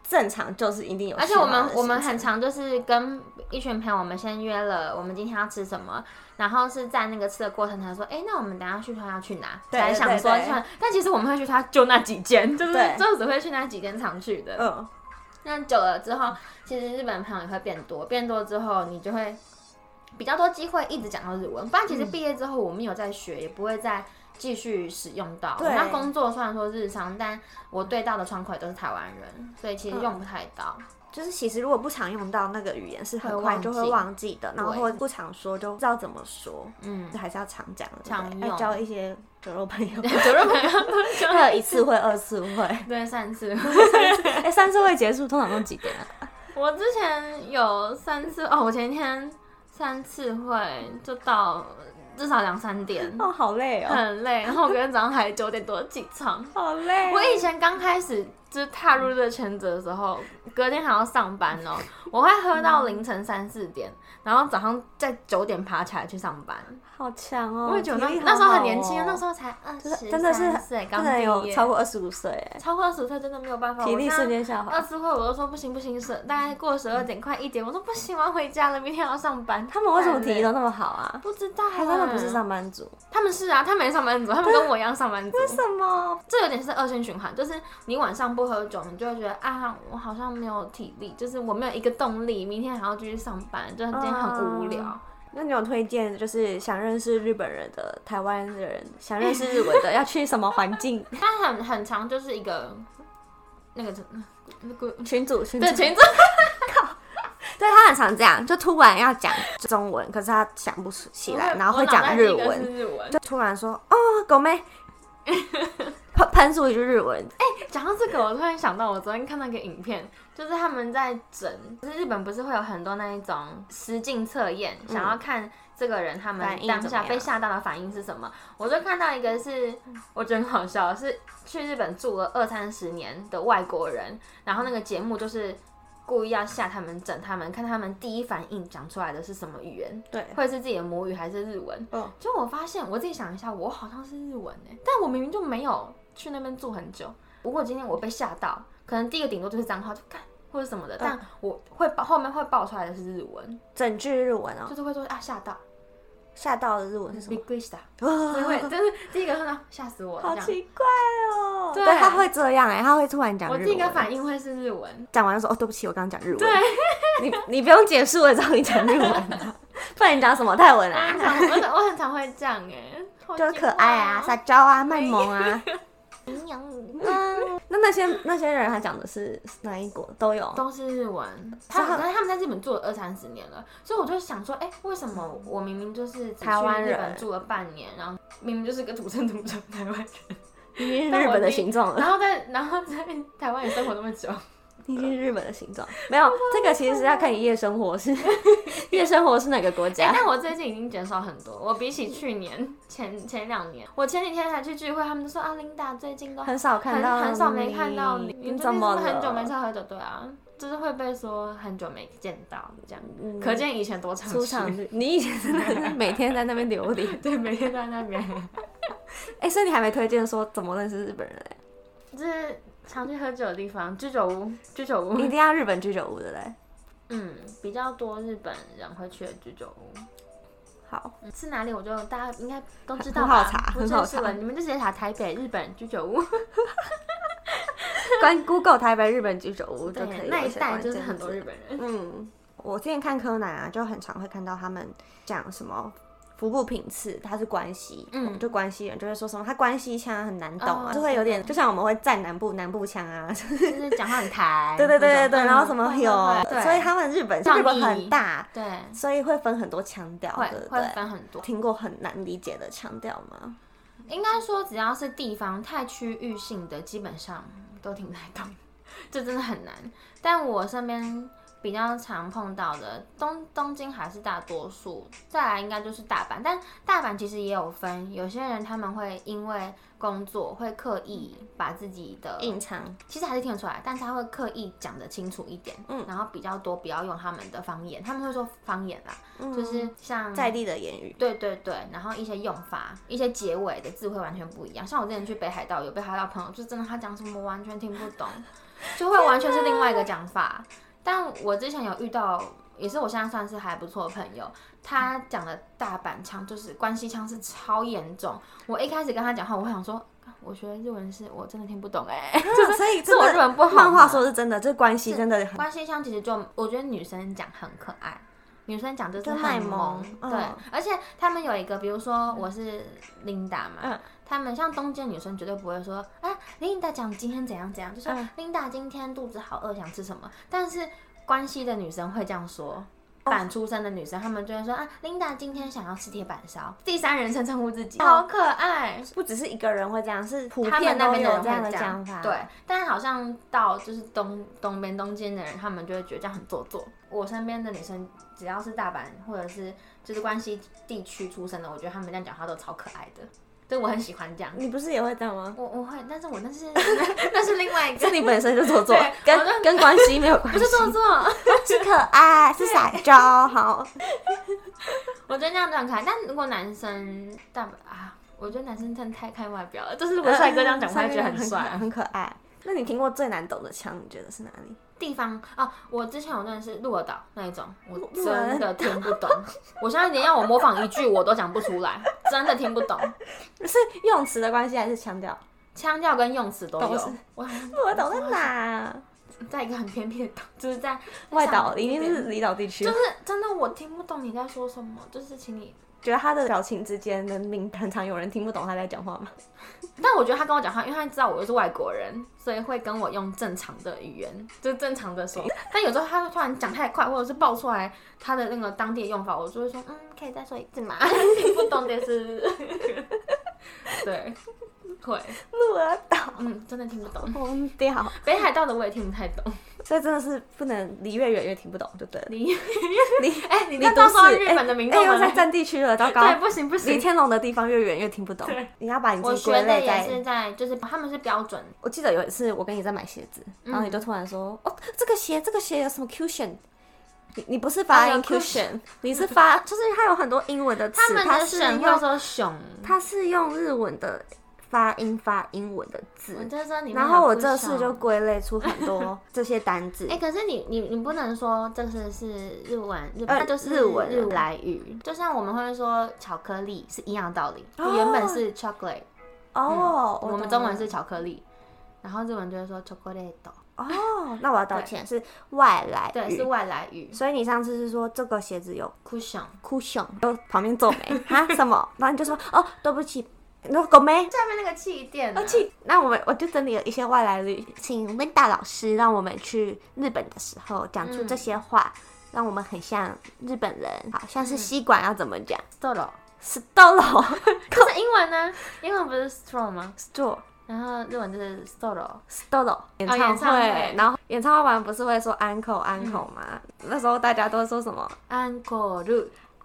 [SPEAKER 1] 正常就是一定有续团
[SPEAKER 2] 而
[SPEAKER 1] 的
[SPEAKER 2] 且
[SPEAKER 1] 行
[SPEAKER 2] 我
[SPEAKER 1] 程，
[SPEAKER 2] 们我们很常就是跟一群朋友，我们先约了我们今天要吃什么，然后是在那个吃的过程才说，哎、那我们等一下去团要去哪？
[SPEAKER 1] 对
[SPEAKER 2] 才
[SPEAKER 1] 对
[SPEAKER 2] 想
[SPEAKER 1] 对
[SPEAKER 2] 说
[SPEAKER 1] 对
[SPEAKER 2] 去哪，但其实我们会去他就那几间，就是
[SPEAKER 1] 对
[SPEAKER 2] 就只会去那几间常去的。
[SPEAKER 1] 嗯，
[SPEAKER 2] 那久了之后，其实日本朋友也会变多，变多之后你就会比较多机会一直讲到日文。不然其实毕业之后我们有在学，也不会再继续使用到。
[SPEAKER 1] 对
[SPEAKER 2] 我那工作虽然说日常，但我对到的窗口也都是台湾人，所以其实用不太到。
[SPEAKER 1] 就是其实如果不常用到那个语言，是很
[SPEAKER 2] 会
[SPEAKER 1] 快
[SPEAKER 2] 忘
[SPEAKER 1] 就会
[SPEAKER 2] 记
[SPEAKER 1] 忘记的，然后
[SPEAKER 2] 对
[SPEAKER 1] 或者不常说就不知道怎么说，
[SPEAKER 2] *laughs* 嗯，
[SPEAKER 1] 还是要常讲，对不对
[SPEAKER 2] 常用。
[SPEAKER 1] 要交一些酒肉朋 *laughs* 友
[SPEAKER 2] 酒肉朋友
[SPEAKER 1] 还有一次会、二次会，
[SPEAKER 2] *laughs* 对三次，
[SPEAKER 1] *laughs* 哎、三次会结束通常都几点啊？
[SPEAKER 2] *laughs* 我之前有三次哦，我前天三次会就到至少两三点，
[SPEAKER 1] 哦，好累哦，
[SPEAKER 2] 很累，然后我隔天早上还九点多起床。
[SPEAKER 1] *laughs* 好累哦。
[SPEAKER 2] 我以前刚开始就是踏入这个圈子的时候，隔天还要上班哦，我会喝
[SPEAKER 1] 嗯
[SPEAKER 2] 到凌晨三四点，然后早上在九点爬起来去上班。
[SPEAKER 1] 好强哦！
[SPEAKER 2] 我也觉得
[SPEAKER 1] 体力
[SPEAKER 2] 那
[SPEAKER 1] 好
[SPEAKER 2] 那时候很
[SPEAKER 1] 好
[SPEAKER 2] 年轻啊
[SPEAKER 1] 哦，
[SPEAKER 2] 那时候才二
[SPEAKER 1] 就
[SPEAKER 2] 十
[SPEAKER 1] 是真的是
[SPEAKER 2] 岁，
[SPEAKER 1] 不
[SPEAKER 2] 刚
[SPEAKER 1] 能有
[SPEAKER 2] 毕业，
[SPEAKER 1] 超过二十五岁哎，
[SPEAKER 2] 超过二十岁真的没有办法，
[SPEAKER 1] 体力
[SPEAKER 2] 我现在
[SPEAKER 1] 瞬间下滑
[SPEAKER 2] 二。次会我都说不行不行，是大概过十二点快一点，我说不行，我要回家了，明天还要上班。
[SPEAKER 1] 他们为什么体力
[SPEAKER 2] 太累
[SPEAKER 1] 都
[SPEAKER 2] 了？
[SPEAKER 1] 那么好啊？嗯
[SPEAKER 2] 不知道，
[SPEAKER 1] 他真的不是，上班族？
[SPEAKER 2] 他们是啊，他们也上班族，他们跟我一样上班族。
[SPEAKER 1] 什么？
[SPEAKER 2] 这有点是恶性循环，就是你晚上不喝酒，你就会觉得啊，我好像没有体力，就是我没有一个动力，明天还要继续上班，就是今天很无聊。
[SPEAKER 1] 那你有推荐就是想认识日本人的、台湾的人想认识日 *laughs* 文的，要去什么环境
[SPEAKER 2] 但很很长，就是
[SPEAKER 1] 嗯
[SPEAKER 2] 一个那个那个
[SPEAKER 1] 群组？群组
[SPEAKER 2] 对群组，
[SPEAKER 1] 对他很常这样，就突然要讲中文，可是他想不出起来，然后会讲日
[SPEAKER 2] 我脑袋第一个
[SPEAKER 1] 文，
[SPEAKER 2] 是日文
[SPEAKER 1] 就。突然说哦，狗 *laughs* 妹，喷喷出一句日文，
[SPEAKER 2] 讲到这个，我突然想到，我昨天看到一个影片，就是他们在整，就是日本不是会有很多那一种实境测验，想要看这个人他们
[SPEAKER 1] 反应
[SPEAKER 2] 当
[SPEAKER 1] 怎么
[SPEAKER 2] 下
[SPEAKER 1] 样
[SPEAKER 2] 被吓到的反应是什么。我就看到一个是， *laughs* 我觉得很好笑，是去日本住了二三十年的外国人，然后那个节目就是故意要吓他们、整他们，看他们第一反应讲出来的是什么语言，
[SPEAKER 1] 对
[SPEAKER 2] 会是自己的母语还是日文？
[SPEAKER 1] 嗯，
[SPEAKER 2] 就我发现，我自己想一下，我好像是日文哎、但我明明就没有去那边住很久。如果今天我被吓到，可能第一个顶多就是脏话，就干或者什
[SPEAKER 1] 嗯
[SPEAKER 2] 么的，但我会爆后面会爆出来的是日文，
[SPEAKER 1] 整句日文哦
[SPEAKER 2] 就，是会说啊吓到，
[SPEAKER 1] 吓到的日文是什
[SPEAKER 2] び
[SPEAKER 1] 么
[SPEAKER 2] っ？くりした，
[SPEAKER 1] *laughs*
[SPEAKER 2] 就会
[SPEAKER 1] 啊，
[SPEAKER 2] 就是第一个看到吓死我了
[SPEAKER 1] 好
[SPEAKER 2] 这样。
[SPEAKER 1] 奇怪哦，
[SPEAKER 2] 对
[SPEAKER 1] 对，他会这样哎，他会突然讲
[SPEAKER 2] 我
[SPEAKER 1] 日
[SPEAKER 2] 第一个
[SPEAKER 1] 文，
[SPEAKER 2] 反应会是日文，
[SPEAKER 1] 讲完就说哦，对不起，我刚刚讲日文，对，你你不用解释，我也知道你讲日文 *laughs* 啊，不然你讲什么泰文
[SPEAKER 2] 我
[SPEAKER 1] 啊 *laughs*
[SPEAKER 2] 很？常我很我很常会这样哎、好
[SPEAKER 1] 就是
[SPEAKER 2] 奇
[SPEAKER 1] 可
[SPEAKER 2] 怪
[SPEAKER 1] 爱啊，
[SPEAKER 2] 哦
[SPEAKER 1] 撒娇啊，卖萌 *laughs* 啊。嗯那那些那些人他讲的是哪一国都有？
[SPEAKER 2] 都是日文，
[SPEAKER 1] 所
[SPEAKER 2] 他
[SPEAKER 1] 以他
[SPEAKER 2] 们但他们在日本住了二三十年了，所以我就想说，哎、为什么我明明就是只去
[SPEAKER 1] 台湾
[SPEAKER 2] 日
[SPEAKER 1] 人
[SPEAKER 2] 本住了半年，然后明明就是个土生土长的台
[SPEAKER 1] *laughs*
[SPEAKER 2] 湾人，
[SPEAKER 1] 你已经
[SPEAKER 2] 但
[SPEAKER 1] 是日
[SPEAKER 2] 我
[SPEAKER 1] 本的
[SPEAKER 2] 第一
[SPEAKER 1] 形状了，
[SPEAKER 2] 然后在然后在台湾也生活那
[SPEAKER 1] *laughs*
[SPEAKER 2] 么久，
[SPEAKER 1] 你已经是日本的形状。没 *laughs* 有，这个其实是要看你夜生活 *laughs* 是夜生活是哪个国
[SPEAKER 2] 哎、
[SPEAKER 1] 家。
[SPEAKER 2] 但我最近已经减少很多，我比起去年前前两年，我前几天还去聚会，他们就说啊，琳达最近都
[SPEAKER 1] 很少看到
[SPEAKER 2] 很
[SPEAKER 1] 你，
[SPEAKER 2] 很少没看到你，
[SPEAKER 1] 你
[SPEAKER 2] 最近
[SPEAKER 1] 怎
[SPEAKER 2] 是
[SPEAKER 1] 么
[SPEAKER 2] 不是
[SPEAKER 1] 了？
[SPEAKER 2] 很久没在喝酒？对啊，就是会被说很久没见到这样，
[SPEAKER 1] 嗯
[SPEAKER 2] 可见以前多常
[SPEAKER 1] 出
[SPEAKER 2] 去
[SPEAKER 1] 场率，你以前真的 *laughs* 是每天在那边流连。
[SPEAKER 2] 对，每天都在那边。
[SPEAKER 1] *laughs* 哎，所以你还没推荐说怎么认识日本人欸嘞？
[SPEAKER 2] 就是常去喝酒的地方，居
[SPEAKER 1] *laughs*
[SPEAKER 2] 酒屋，居酒
[SPEAKER 1] 一
[SPEAKER 2] 屋，
[SPEAKER 1] 定要日本居酒屋的嘞。
[SPEAKER 2] 嗯，比较多日本人会去的居酒屋。
[SPEAKER 1] 好，
[SPEAKER 2] 嗯是哪里？我就大家应该都知
[SPEAKER 1] 很
[SPEAKER 2] 道
[SPEAKER 1] 好
[SPEAKER 2] 吧
[SPEAKER 1] 查
[SPEAKER 2] 不
[SPEAKER 1] 很
[SPEAKER 2] 是
[SPEAKER 1] 好
[SPEAKER 2] 是
[SPEAKER 1] 查
[SPEAKER 2] 了，你们就直接查台北日本居
[SPEAKER 1] *laughs*
[SPEAKER 2] 酒屋，
[SPEAKER 1] 关 Google 台北日本居酒屋就可以有些关键字。
[SPEAKER 2] 那一带就是很多日本人。
[SPEAKER 1] 嗯，我之前看柯南啊，就很常会看到他们讲什么服部平次，他是关西，
[SPEAKER 2] 嗯
[SPEAKER 1] 就关西人就会说什么他关西腔很难懂啊，
[SPEAKER 2] 哦
[SPEAKER 1] 就会有点就像我们会站南部南部腔
[SPEAKER 2] *laughs*
[SPEAKER 1] 啊，，
[SPEAKER 2] 就是讲话很台
[SPEAKER 1] *laughs* 对对对对对，
[SPEAKER 2] 那种
[SPEAKER 1] 然后什么
[SPEAKER 2] 嗯
[SPEAKER 1] 有，
[SPEAKER 2] 对对
[SPEAKER 1] 所以他们日本
[SPEAKER 2] 仗义
[SPEAKER 1] 日本很大，
[SPEAKER 2] 对
[SPEAKER 1] 所以会分很多腔调，对
[SPEAKER 2] 会
[SPEAKER 1] 不
[SPEAKER 2] 会
[SPEAKER 1] 对？
[SPEAKER 2] 分很多。
[SPEAKER 1] 听过很难理解的腔调吗？
[SPEAKER 2] 应该说，只要是地方太区域性的，基本上都听不太懂， *laughs* 这真的很难。但我身边比较常碰到的东东京还是大多数，再来应该就是大阪，但大阪其实也有分，有些人他们会因为工作会刻意把自己的
[SPEAKER 1] 隐藏，
[SPEAKER 2] 其实还是听得出来，但是他会刻意讲的清楚一点，
[SPEAKER 1] 嗯
[SPEAKER 2] 然后比较多不要用他们的方言，他们会说方言啦，
[SPEAKER 1] 嗯
[SPEAKER 2] 就是像
[SPEAKER 1] 在地的言
[SPEAKER 2] *laughs*
[SPEAKER 1] 语， *laughs*
[SPEAKER 2] 对对对，然后一些用法、一些结尾的字会完全不一样。像我之前去北海道，有北海道朋友，就真的他讲什么我完全听不懂， *laughs* 就会完全是另外一个讲法。但我之前有遇到，也是我现在算是还不错的朋友，他讲的大阪腔就是关西腔是超严重。我一开始跟他讲话，我会想说，我学日文是我真的听不懂哎、欸
[SPEAKER 1] 就是所以
[SPEAKER 2] 是我
[SPEAKER 1] 真的
[SPEAKER 2] 日文不好
[SPEAKER 1] 漫画
[SPEAKER 2] 嘛
[SPEAKER 1] 说是真的，这关系真的很
[SPEAKER 2] 关系腔其实就，我觉得女生讲很可爱，女生讲就是
[SPEAKER 1] 就卖
[SPEAKER 2] 很
[SPEAKER 1] 萌
[SPEAKER 2] 萌，
[SPEAKER 1] 嗯
[SPEAKER 2] 对。而且他们有一个，比如说我是琳达嘛，
[SPEAKER 1] 嗯
[SPEAKER 2] 他们像东京女生绝对不会说啊，琳达讲今天怎样怎样，就说
[SPEAKER 1] 嗯
[SPEAKER 2] 琳达今天肚子好饿，想吃什么。但是关西的女生会这样
[SPEAKER 1] 哦
[SPEAKER 2] 说。板出身的女生，她们就会说啊，琳达今天想要吃铁板烧，第三人称称呼自己，
[SPEAKER 1] 哦
[SPEAKER 2] 好可爱。
[SPEAKER 1] 不只是一个人会这样，是普
[SPEAKER 2] 他们
[SPEAKER 1] 遍
[SPEAKER 2] 那
[SPEAKER 1] 都
[SPEAKER 2] 边的
[SPEAKER 1] 有
[SPEAKER 2] 人
[SPEAKER 1] 这
[SPEAKER 2] 会
[SPEAKER 1] 样的讲法。
[SPEAKER 2] 对，，但好像到就是东东边东京的人，他们就会觉得这样很做作。我身边的女生，只要是大阪或者是就是关西地区出生的，我觉得他们这样讲话都超可爱的，对我很喜欢这样。
[SPEAKER 1] 你不是也会这样
[SPEAKER 2] *laughs*
[SPEAKER 1] 吗？
[SPEAKER 2] 我我会，但是我那 *laughs* 是那是另外一个
[SPEAKER 1] 是，你本身就做作
[SPEAKER 2] 对，
[SPEAKER 1] 跟
[SPEAKER 2] 我就
[SPEAKER 1] 跟关系没有关
[SPEAKER 2] *laughs* 不
[SPEAKER 1] 系
[SPEAKER 2] 是，做作。
[SPEAKER 1] 是可爱，是撒娇，好，
[SPEAKER 2] 我觉得这样就很可爱。但如果男生大阪啊，我觉得男生真的太看外表了。就是如果 *laughs* 帅哥这样讲，我会觉得很帅啊。
[SPEAKER 1] 很可爱。那你听过最难懂的腔，你觉得是哪里？
[SPEAKER 2] 地方哦，我之前有认识鹿儿岛那一种，我
[SPEAKER 1] 鹿儿
[SPEAKER 2] 真的听不懂。我现在连要我模仿一句我都讲不出来，真的听不懂，
[SPEAKER 1] 是用词的关系还是腔调？
[SPEAKER 2] 腔调跟用词都
[SPEAKER 1] 都
[SPEAKER 2] 有
[SPEAKER 1] 是。
[SPEAKER 2] 我
[SPEAKER 1] 我懂
[SPEAKER 2] *laughs*
[SPEAKER 1] 在哪？
[SPEAKER 2] 在一个很偏僻的岛，就是在
[SPEAKER 1] 外岛
[SPEAKER 2] 上
[SPEAKER 1] 一定
[SPEAKER 2] 那
[SPEAKER 1] 是
[SPEAKER 2] 边
[SPEAKER 1] 离岛地区
[SPEAKER 2] 就是。真的我听不懂你在说什么，就是请你
[SPEAKER 1] 觉得他的表情之间能明很常有人听不懂他在讲话吗？ *laughs*
[SPEAKER 2] 但我觉得他跟我讲话，因为他知道我又是外国人，所以会跟我用正常的语言，就是正常的说。但有时候他突然讲太快，或者是爆出来他的那个当地的用法，我就会说，嗯，可以再说一
[SPEAKER 1] *laughs*
[SPEAKER 2] 次吗？听不懂的是，对，会，
[SPEAKER 1] 鹿儿岛
[SPEAKER 2] 嗯，真的听不懂。
[SPEAKER 1] 疯掉，
[SPEAKER 2] 北海道的我也听不太懂。
[SPEAKER 1] 哦啊所以真的是不能离越远越听不懂，对不对了？
[SPEAKER 2] 你
[SPEAKER 1] 离
[SPEAKER 2] 哎、你
[SPEAKER 1] 离
[SPEAKER 2] 那
[SPEAKER 1] 都
[SPEAKER 2] 到时候
[SPEAKER 1] 市
[SPEAKER 2] 日
[SPEAKER 1] 哎
[SPEAKER 2] 本的民
[SPEAKER 1] 哎
[SPEAKER 2] 众
[SPEAKER 1] 又
[SPEAKER 2] 们
[SPEAKER 1] 在
[SPEAKER 2] 来，
[SPEAKER 1] 占地区了，糟糕
[SPEAKER 2] 对，！不行不
[SPEAKER 1] 离
[SPEAKER 2] 行。
[SPEAKER 1] 天龙的地方越远越听不懂
[SPEAKER 2] 对。
[SPEAKER 1] 你要把你自
[SPEAKER 2] 我
[SPEAKER 1] 己
[SPEAKER 2] 学
[SPEAKER 1] 归
[SPEAKER 2] 的
[SPEAKER 1] 类
[SPEAKER 2] 也
[SPEAKER 1] 在。
[SPEAKER 2] 是在，就是他们是标准
[SPEAKER 1] 我记得有一次我跟你在买鞋子，
[SPEAKER 2] 嗯
[SPEAKER 1] 然后你就突然说：“哦，这个鞋这个鞋有什么 cushion？” 你你不是发
[SPEAKER 2] 啊有
[SPEAKER 1] 音 cushion，你是发就是它有很多英文的词
[SPEAKER 2] 他，们
[SPEAKER 1] 它
[SPEAKER 2] 的
[SPEAKER 1] 是
[SPEAKER 2] 省会
[SPEAKER 1] 用
[SPEAKER 2] 说熊，
[SPEAKER 1] 它是用日文的发音发英文的字
[SPEAKER 2] 我。就说你们
[SPEAKER 1] 然后
[SPEAKER 2] 有
[SPEAKER 1] 我
[SPEAKER 2] 不
[SPEAKER 1] 这次
[SPEAKER 2] 熊
[SPEAKER 1] 就归类出很
[SPEAKER 2] *laughs*
[SPEAKER 1] 多这些单字
[SPEAKER 2] 哎、，可是你你你不能说这个是日文，日
[SPEAKER 1] 呃
[SPEAKER 2] 它就是
[SPEAKER 1] 日文
[SPEAKER 2] 日来语，就像我们会说巧克力是一样的道理，就
[SPEAKER 1] 哦
[SPEAKER 2] 原本是 chocolate，、嗯
[SPEAKER 1] 哦，
[SPEAKER 2] 我们
[SPEAKER 1] 懂
[SPEAKER 2] 中文
[SPEAKER 1] 了
[SPEAKER 2] 是巧克力，然后日文就会说 chocolate，
[SPEAKER 1] 哦，那我要道歉，是外来
[SPEAKER 2] 对，
[SPEAKER 1] 语
[SPEAKER 2] 是外来语
[SPEAKER 1] 所以你上次是说这个鞋子有
[SPEAKER 2] cushion。
[SPEAKER 1] cushion，然后旁边皱眉
[SPEAKER 2] *laughs*
[SPEAKER 1] 哈什么？然后你就说哦，对不起，那狗妹。
[SPEAKER 2] 下面那个气垫、啊
[SPEAKER 1] 而且，那我们我就整理了一些外来语，请 Linda 老师让我们去日本的时候讲
[SPEAKER 2] 嗯
[SPEAKER 1] 出这些话，让我们很像日本人，好
[SPEAKER 2] 嗯
[SPEAKER 1] 像是吸管要怎么讲
[SPEAKER 2] straw，
[SPEAKER 1] s t o l o
[SPEAKER 2] 可是英文呢？英文不是 straw 吗？
[SPEAKER 1] s t o l
[SPEAKER 2] 然后日文就是 straw。
[SPEAKER 1] s t o l o 哦演
[SPEAKER 2] 唱会
[SPEAKER 1] 唱会，嗯然后演唱会完不是会说 uncle uncle 吗？那时候大家都说什么
[SPEAKER 2] Uncle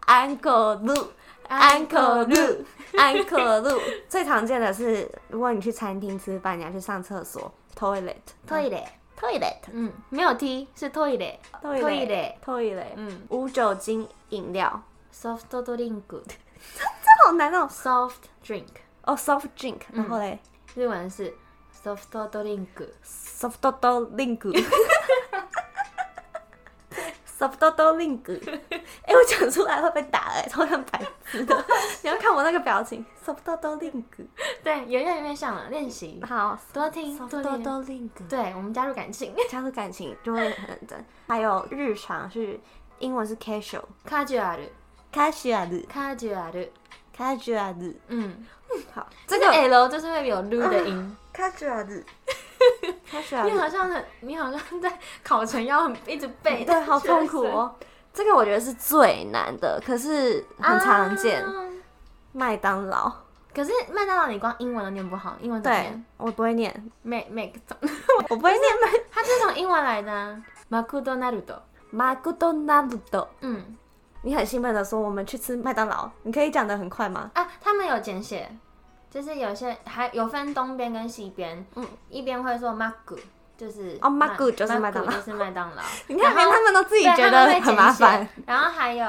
[SPEAKER 1] uncle Lu。Uncle Lu。Uncle Lu 最常见的是，如果你去餐厅吃饭，你要去上厕所，toilet
[SPEAKER 2] toilet，
[SPEAKER 1] toilet
[SPEAKER 2] 嗯，没有 t 是 toilet
[SPEAKER 1] toilet toilet，
[SPEAKER 2] 嗯
[SPEAKER 1] 无酒精饮料，
[SPEAKER 2] soft drink
[SPEAKER 1] 这好难哦。
[SPEAKER 2] soft drink，
[SPEAKER 1] 哦，soft drink，然后嘞
[SPEAKER 2] 日文是 soft drink，
[SPEAKER 1] ，soft do link。soft do link，哎、 *laughs* 我讲出来会被打哎、超像白痴的。你要看我那个表情，soft do link，
[SPEAKER 2] 对，有越来越像了，练习
[SPEAKER 1] 好
[SPEAKER 2] 多听
[SPEAKER 1] ，soft
[SPEAKER 2] 多练，
[SPEAKER 1] do link。
[SPEAKER 2] 对我们加入感情 *laughs*
[SPEAKER 1] 加入感情就会很认真。还有日常是英文是 casual。
[SPEAKER 2] ，casual，casual，
[SPEAKER 1] casual casual，
[SPEAKER 2] 嗯，
[SPEAKER 1] 好，
[SPEAKER 2] 这个
[SPEAKER 1] 欸
[SPEAKER 2] L 就是会有 lu
[SPEAKER 1] 啊
[SPEAKER 2] 的音，
[SPEAKER 1] *laughs* casual casual，
[SPEAKER 2] 你好像很，你好像在考前要很一直背，
[SPEAKER 1] 对，好痛苦哦。这个我觉得是最难的，可是
[SPEAKER 2] 学生，
[SPEAKER 1] 很常见。
[SPEAKER 2] 啊
[SPEAKER 1] 麦当劳，
[SPEAKER 2] 可是麦当劳你光英文都念不好，英文怎么
[SPEAKER 1] 对
[SPEAKER 2] 念
[SPEAKER 1] 我不会念，
[SPEAKER 2] ？make make，
[SPEAKER 1] 我不会念 *laughs* 麦。
[SPEAKER 2] 它是从英文来的啊，
[SPEAKER 1] 嗯
[SPEAKER 2] 马库多纳鲁多，
[SPEAKER 1] 马古多纳鲁多，
[SPEAKER 2] 嗯
[SPEAKER 1] 你很兴奋的说我们去吃麦当劳，你可以讲的很快吗？
[SPEAKER 2] 啊，他们有简写。就是有些还有分东边跟西边，
[SPEAKER 1] 嗯，
[SPEAKER 2] 一边会说 magu，就是
[SPEAKER 1] 哦，magu 就是麦当劳
[SPEAKER 2] magu 就是麦当劳。
[SPEAKER 1] *laughs* 你看，
[SPEAKER 2] 然
[SPEAKER 1] 连
[SPEAKER 2] 后
[SPEAKER 1] 他们都自己
[SPEAKER 2] 对
[SPEAKER 1] 觉
[SPEAKER 2] 他
[SPEAKER 1] 得
[SPEAKER 2] 们会
[SPEAKER 1] 很麻
[SPEAKER 2] 简写
[SPEAKER 1] 烦。
[SPEAKER 2] 然后还有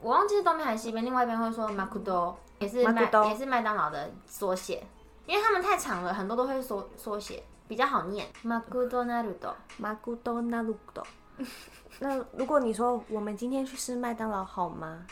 [SPEAKER 2] 我忘记是东边还是西边，另外一边会说 magudo，也是麦
[SPEAKER 1] Magudo
[SPEAKER 2] 也是麦当劳的缩写，因为他们太长了，很多都会缩缩写，比较好念。magudo naruto，
[SPEAKER 1] 马古多纳鲁多。 *laughs* 那如果你说我们今天去吃麦当劳好吗？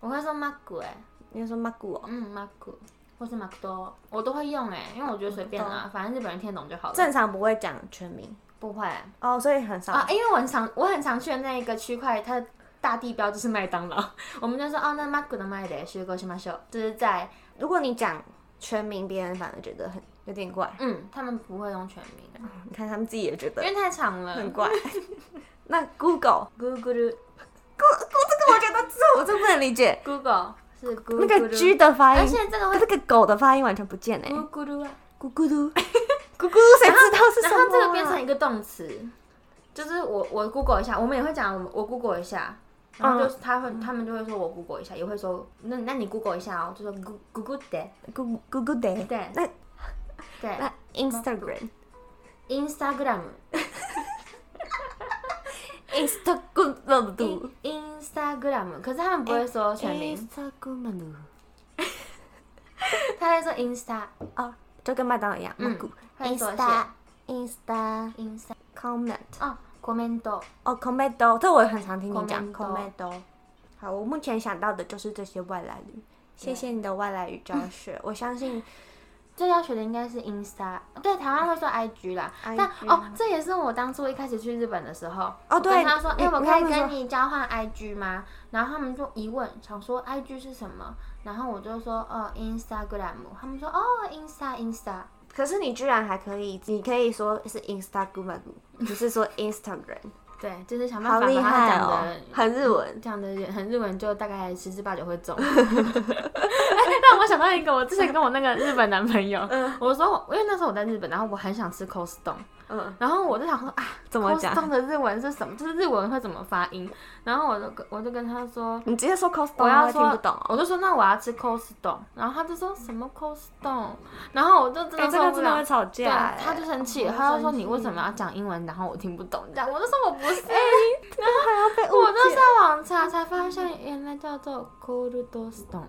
[SPEAKER 2] 我会说 magu 哎、
[SPEAKER 1] 你就说马古哦。
[SPEAKER 2] 嗯 magu。或是 magudo，我都会用哎、因为我觉得随便啦、反正日本人听得懂就好了。
[SPEAKER 1] 正常不会讲全名
[SPEAKER 2] 不会啊，
[SPEAKER 1] 哦，所以很少。
[SPEAKER 2] 因为我很常我很常去的那一个区块，它的大地标就是麦当劳， *laughs* 我们就说哦，那 magu 的麦的学过去嘛秀，就是在
[SPEAKER 1] 如果你讲全名，别人反而觉得很有点怪。
[SPEAKER 2] 嗯，他们不会用全名，
[SPEAKER 1] 你看他们自己也觉
[SPEAKER 2] 因
[SPEAKER 1] 得
[SPEAKER 2] 为太长了。
[SPEAKER 1] 很怪。 *laughs* 那 Google，
[SPEAKER 2] *laughs* Google
[SPEAKER 1] 这个我觉得这我真不能理解，
[SPEAKER 2] Google 是 Google，
[SPEAKER 1] 那个 G 的哎发
[SPEAKER 2] 而
[SPEAKER 1] 音，
[SPEAKER 2] 且这个会
[SPEAKER 1] 跟哦这个狗的发音完全不见哎。
[SPEAKER 2] Google，啊
[SPEAKER 1] 咕咕噜， *laughs* 咕咕噜，谁知道是什
[SPEAKER 2] 然
[SPEAKER 1] 么
[SPEAKER 2] 后
[SPEAKER 1] 啊？
[SPEAKER 2] 这个变成一个动词，就是我我 Google 一下，我们也会讲我们我 Google 一下。然后
[SPEAKER 1] 嗯
[SPEAKER 2] 就是他会，他们就会说我 Google 一下，也会说那那你 Google 一下哦，就说 Goo- Google 的
[SPEAKER 1] 咕咕咕的。
[SPEAKER 2] 对
[SPEAKER 1] 那
[SPEAKER 2] 对
[SPEAKER 1] 那 Instagram。
[SPEAKER 2] Instagram
[SPEAKER 1] Instagram
[SPEAKER 2] Instagram，可是他们不会说全名，
[SPEAKER 1] Instagram
[SPEAKER 2] 他会说 Insta
[SPEAKER 1] 哦，就跟麦当劳一样，
[SPEAKER 2] 嗯
[SPEAKER 1] 嗯
[SPEAKER 2] 会缩写
[SPEAKER 1] Insta Insta
[SPEAKER 2] Insta
[SPEAKER 1] comment
[SPEAKER 2] 哦 comment
[SPEAKER 1] 哦，comment 这我也很常听你讲
[SPEAKER 2] Commento
[SPEAKER 1] comment。好，我 *laughs* 目前想到的就是这些外来语。谢谢你的外来语教学，我相信
[SPEAKER 2] 最要学的应该是 Insta，对，台湾会说 IG 啦。
[SPEAKER 1] IG
[SPEAKER 2] 但哦，这也是我当初一开始去日本的时候，
[SPEAKER 1] 哦
[SPEAKER 2] 我
[SPEAKER 1] 对
[SPEAKER 2] 跟他说，
[SPEAKER 1] 你
[SPEAKER 2] 哎、我
[SPEAKER 1] 你
[SPEAKER 2] 可
[SPEAKER 1] 跟他
[SPEAKER 2] 以
[SPEAKER 1] 们
[SPEAKER 2] 跟
[SPEAKER 1] 说
[SPEAKER 2] 你交换 IG 吗？然后他们就疑问，想说 IG 是什么？然后我就说，哦，Instagram。他们说，哦，Insta Insta。
[SPEAKER 1] 可是你居然还可以，你可以说是 Instagram，不是 *laughs* 说 Instagram，
[SPEAKER 2] 对，就是想
[SPEAKER 1] 好
[SPEAKER 2] 办法
[SPEAKER 1] 厉
[SPEAKER 2] 把它
[SPEAKER 1] 害
[SPEAKER 2] 讲
[SPEAKER 1] 哦
[SPEAKER 2] 的，
[SPEAKER 1] 很日文。
[SPEAKER 2] 讲的很日文，就大概十之八九会中。 *laughs* 哎让我想到一个，我之前跟我那个日本男朋友，我说我，因为那时候我在日本，然后我很想吃 c o s t o n
[SPEAKER 1] 嗯，
[SPEAKER 2] 然后我就想说啊，
[SPEAKER 1] 怎么
[SPEAKER 2] Cold
[SPEAKER 1] 讲
[SPEAKER 2] Stone 的日文是什么？就是日文会怎么发音？然后我就跟我就跟他说，
[SPEAKER 1] 你直接说 cos，
[SPEAKER 2] 我要说
[SPEAKER 1] 听不懂哦。
[SPEAKER 2] 我就说那我要吃 Cold Stone，然后他就说什么 Cold Stone，然后我就真
[SPEAKER 1] 哎，
[SPEAKER 2] 的
[SPEAKER 1] 这
[SPEAKER 2] 受
[SPEAKER 1] 个
[SPEAKER 2] 不
[SPEAKER 1] 真的
[SPEAKER 2] 了
[SPEAKER 1] 会。吵
[SPEAKER 2] 对啊
[SPEAKER 1] 架，，哎
[SPEAKER 2] 他就生气，
[SPEAKER 1] 好
[SPEAKER 2] 他就说
[SPEAKER 1] 生
[SPEAKER 2] 你为什么
[SPEAKER 1] 气哎
[SPEAKER 2] 要讲英文？然后我听不懂这样，我就说我不是，
[SPEAKER 1] 还要被误
[SPEAKER 2] 哦我就
[SPEAKER 1] 解
[SPEAKER 2] 上？网查才发现原来叫做 Cold Stone。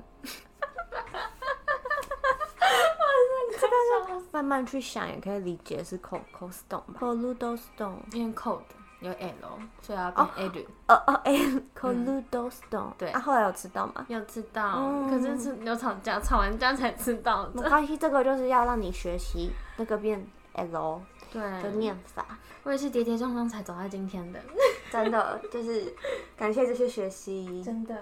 [SPEAKER 1] 慢慢去想也可以理解是 cos cos stone 吧，coludo stone，
[SPEAKER 2] 因为 cold 有 l，所以要变 l。
[SPEAKER 1] 哦哦哎，coludo stone，
[SPEAKER 2] 嗯对
[SPEAKER 1] 啊，后来有吃到吗？
[SPEAKER 2] 有知道，
[SPEAKER 1] 嗯
[SPEAKER 2] 可是是有吵架，吵完架才知道
[SPEAKER 1] 没
[SPEAKER 2] 的。
[SPEAKER 1] 关系，这个就是要让你学习那个变 L 的
[SPEAKER 2] 对，
[SPEAKER 1] 念法，
[SPEAKER 2] 我也是跌跌撞撞才走到今天的，
[SPEAKER 1] 真
[SPEAKER 2] *laughs*
[SPEAKER 1] 的就是感谢这些学习。
[SPEAKER 2] 真的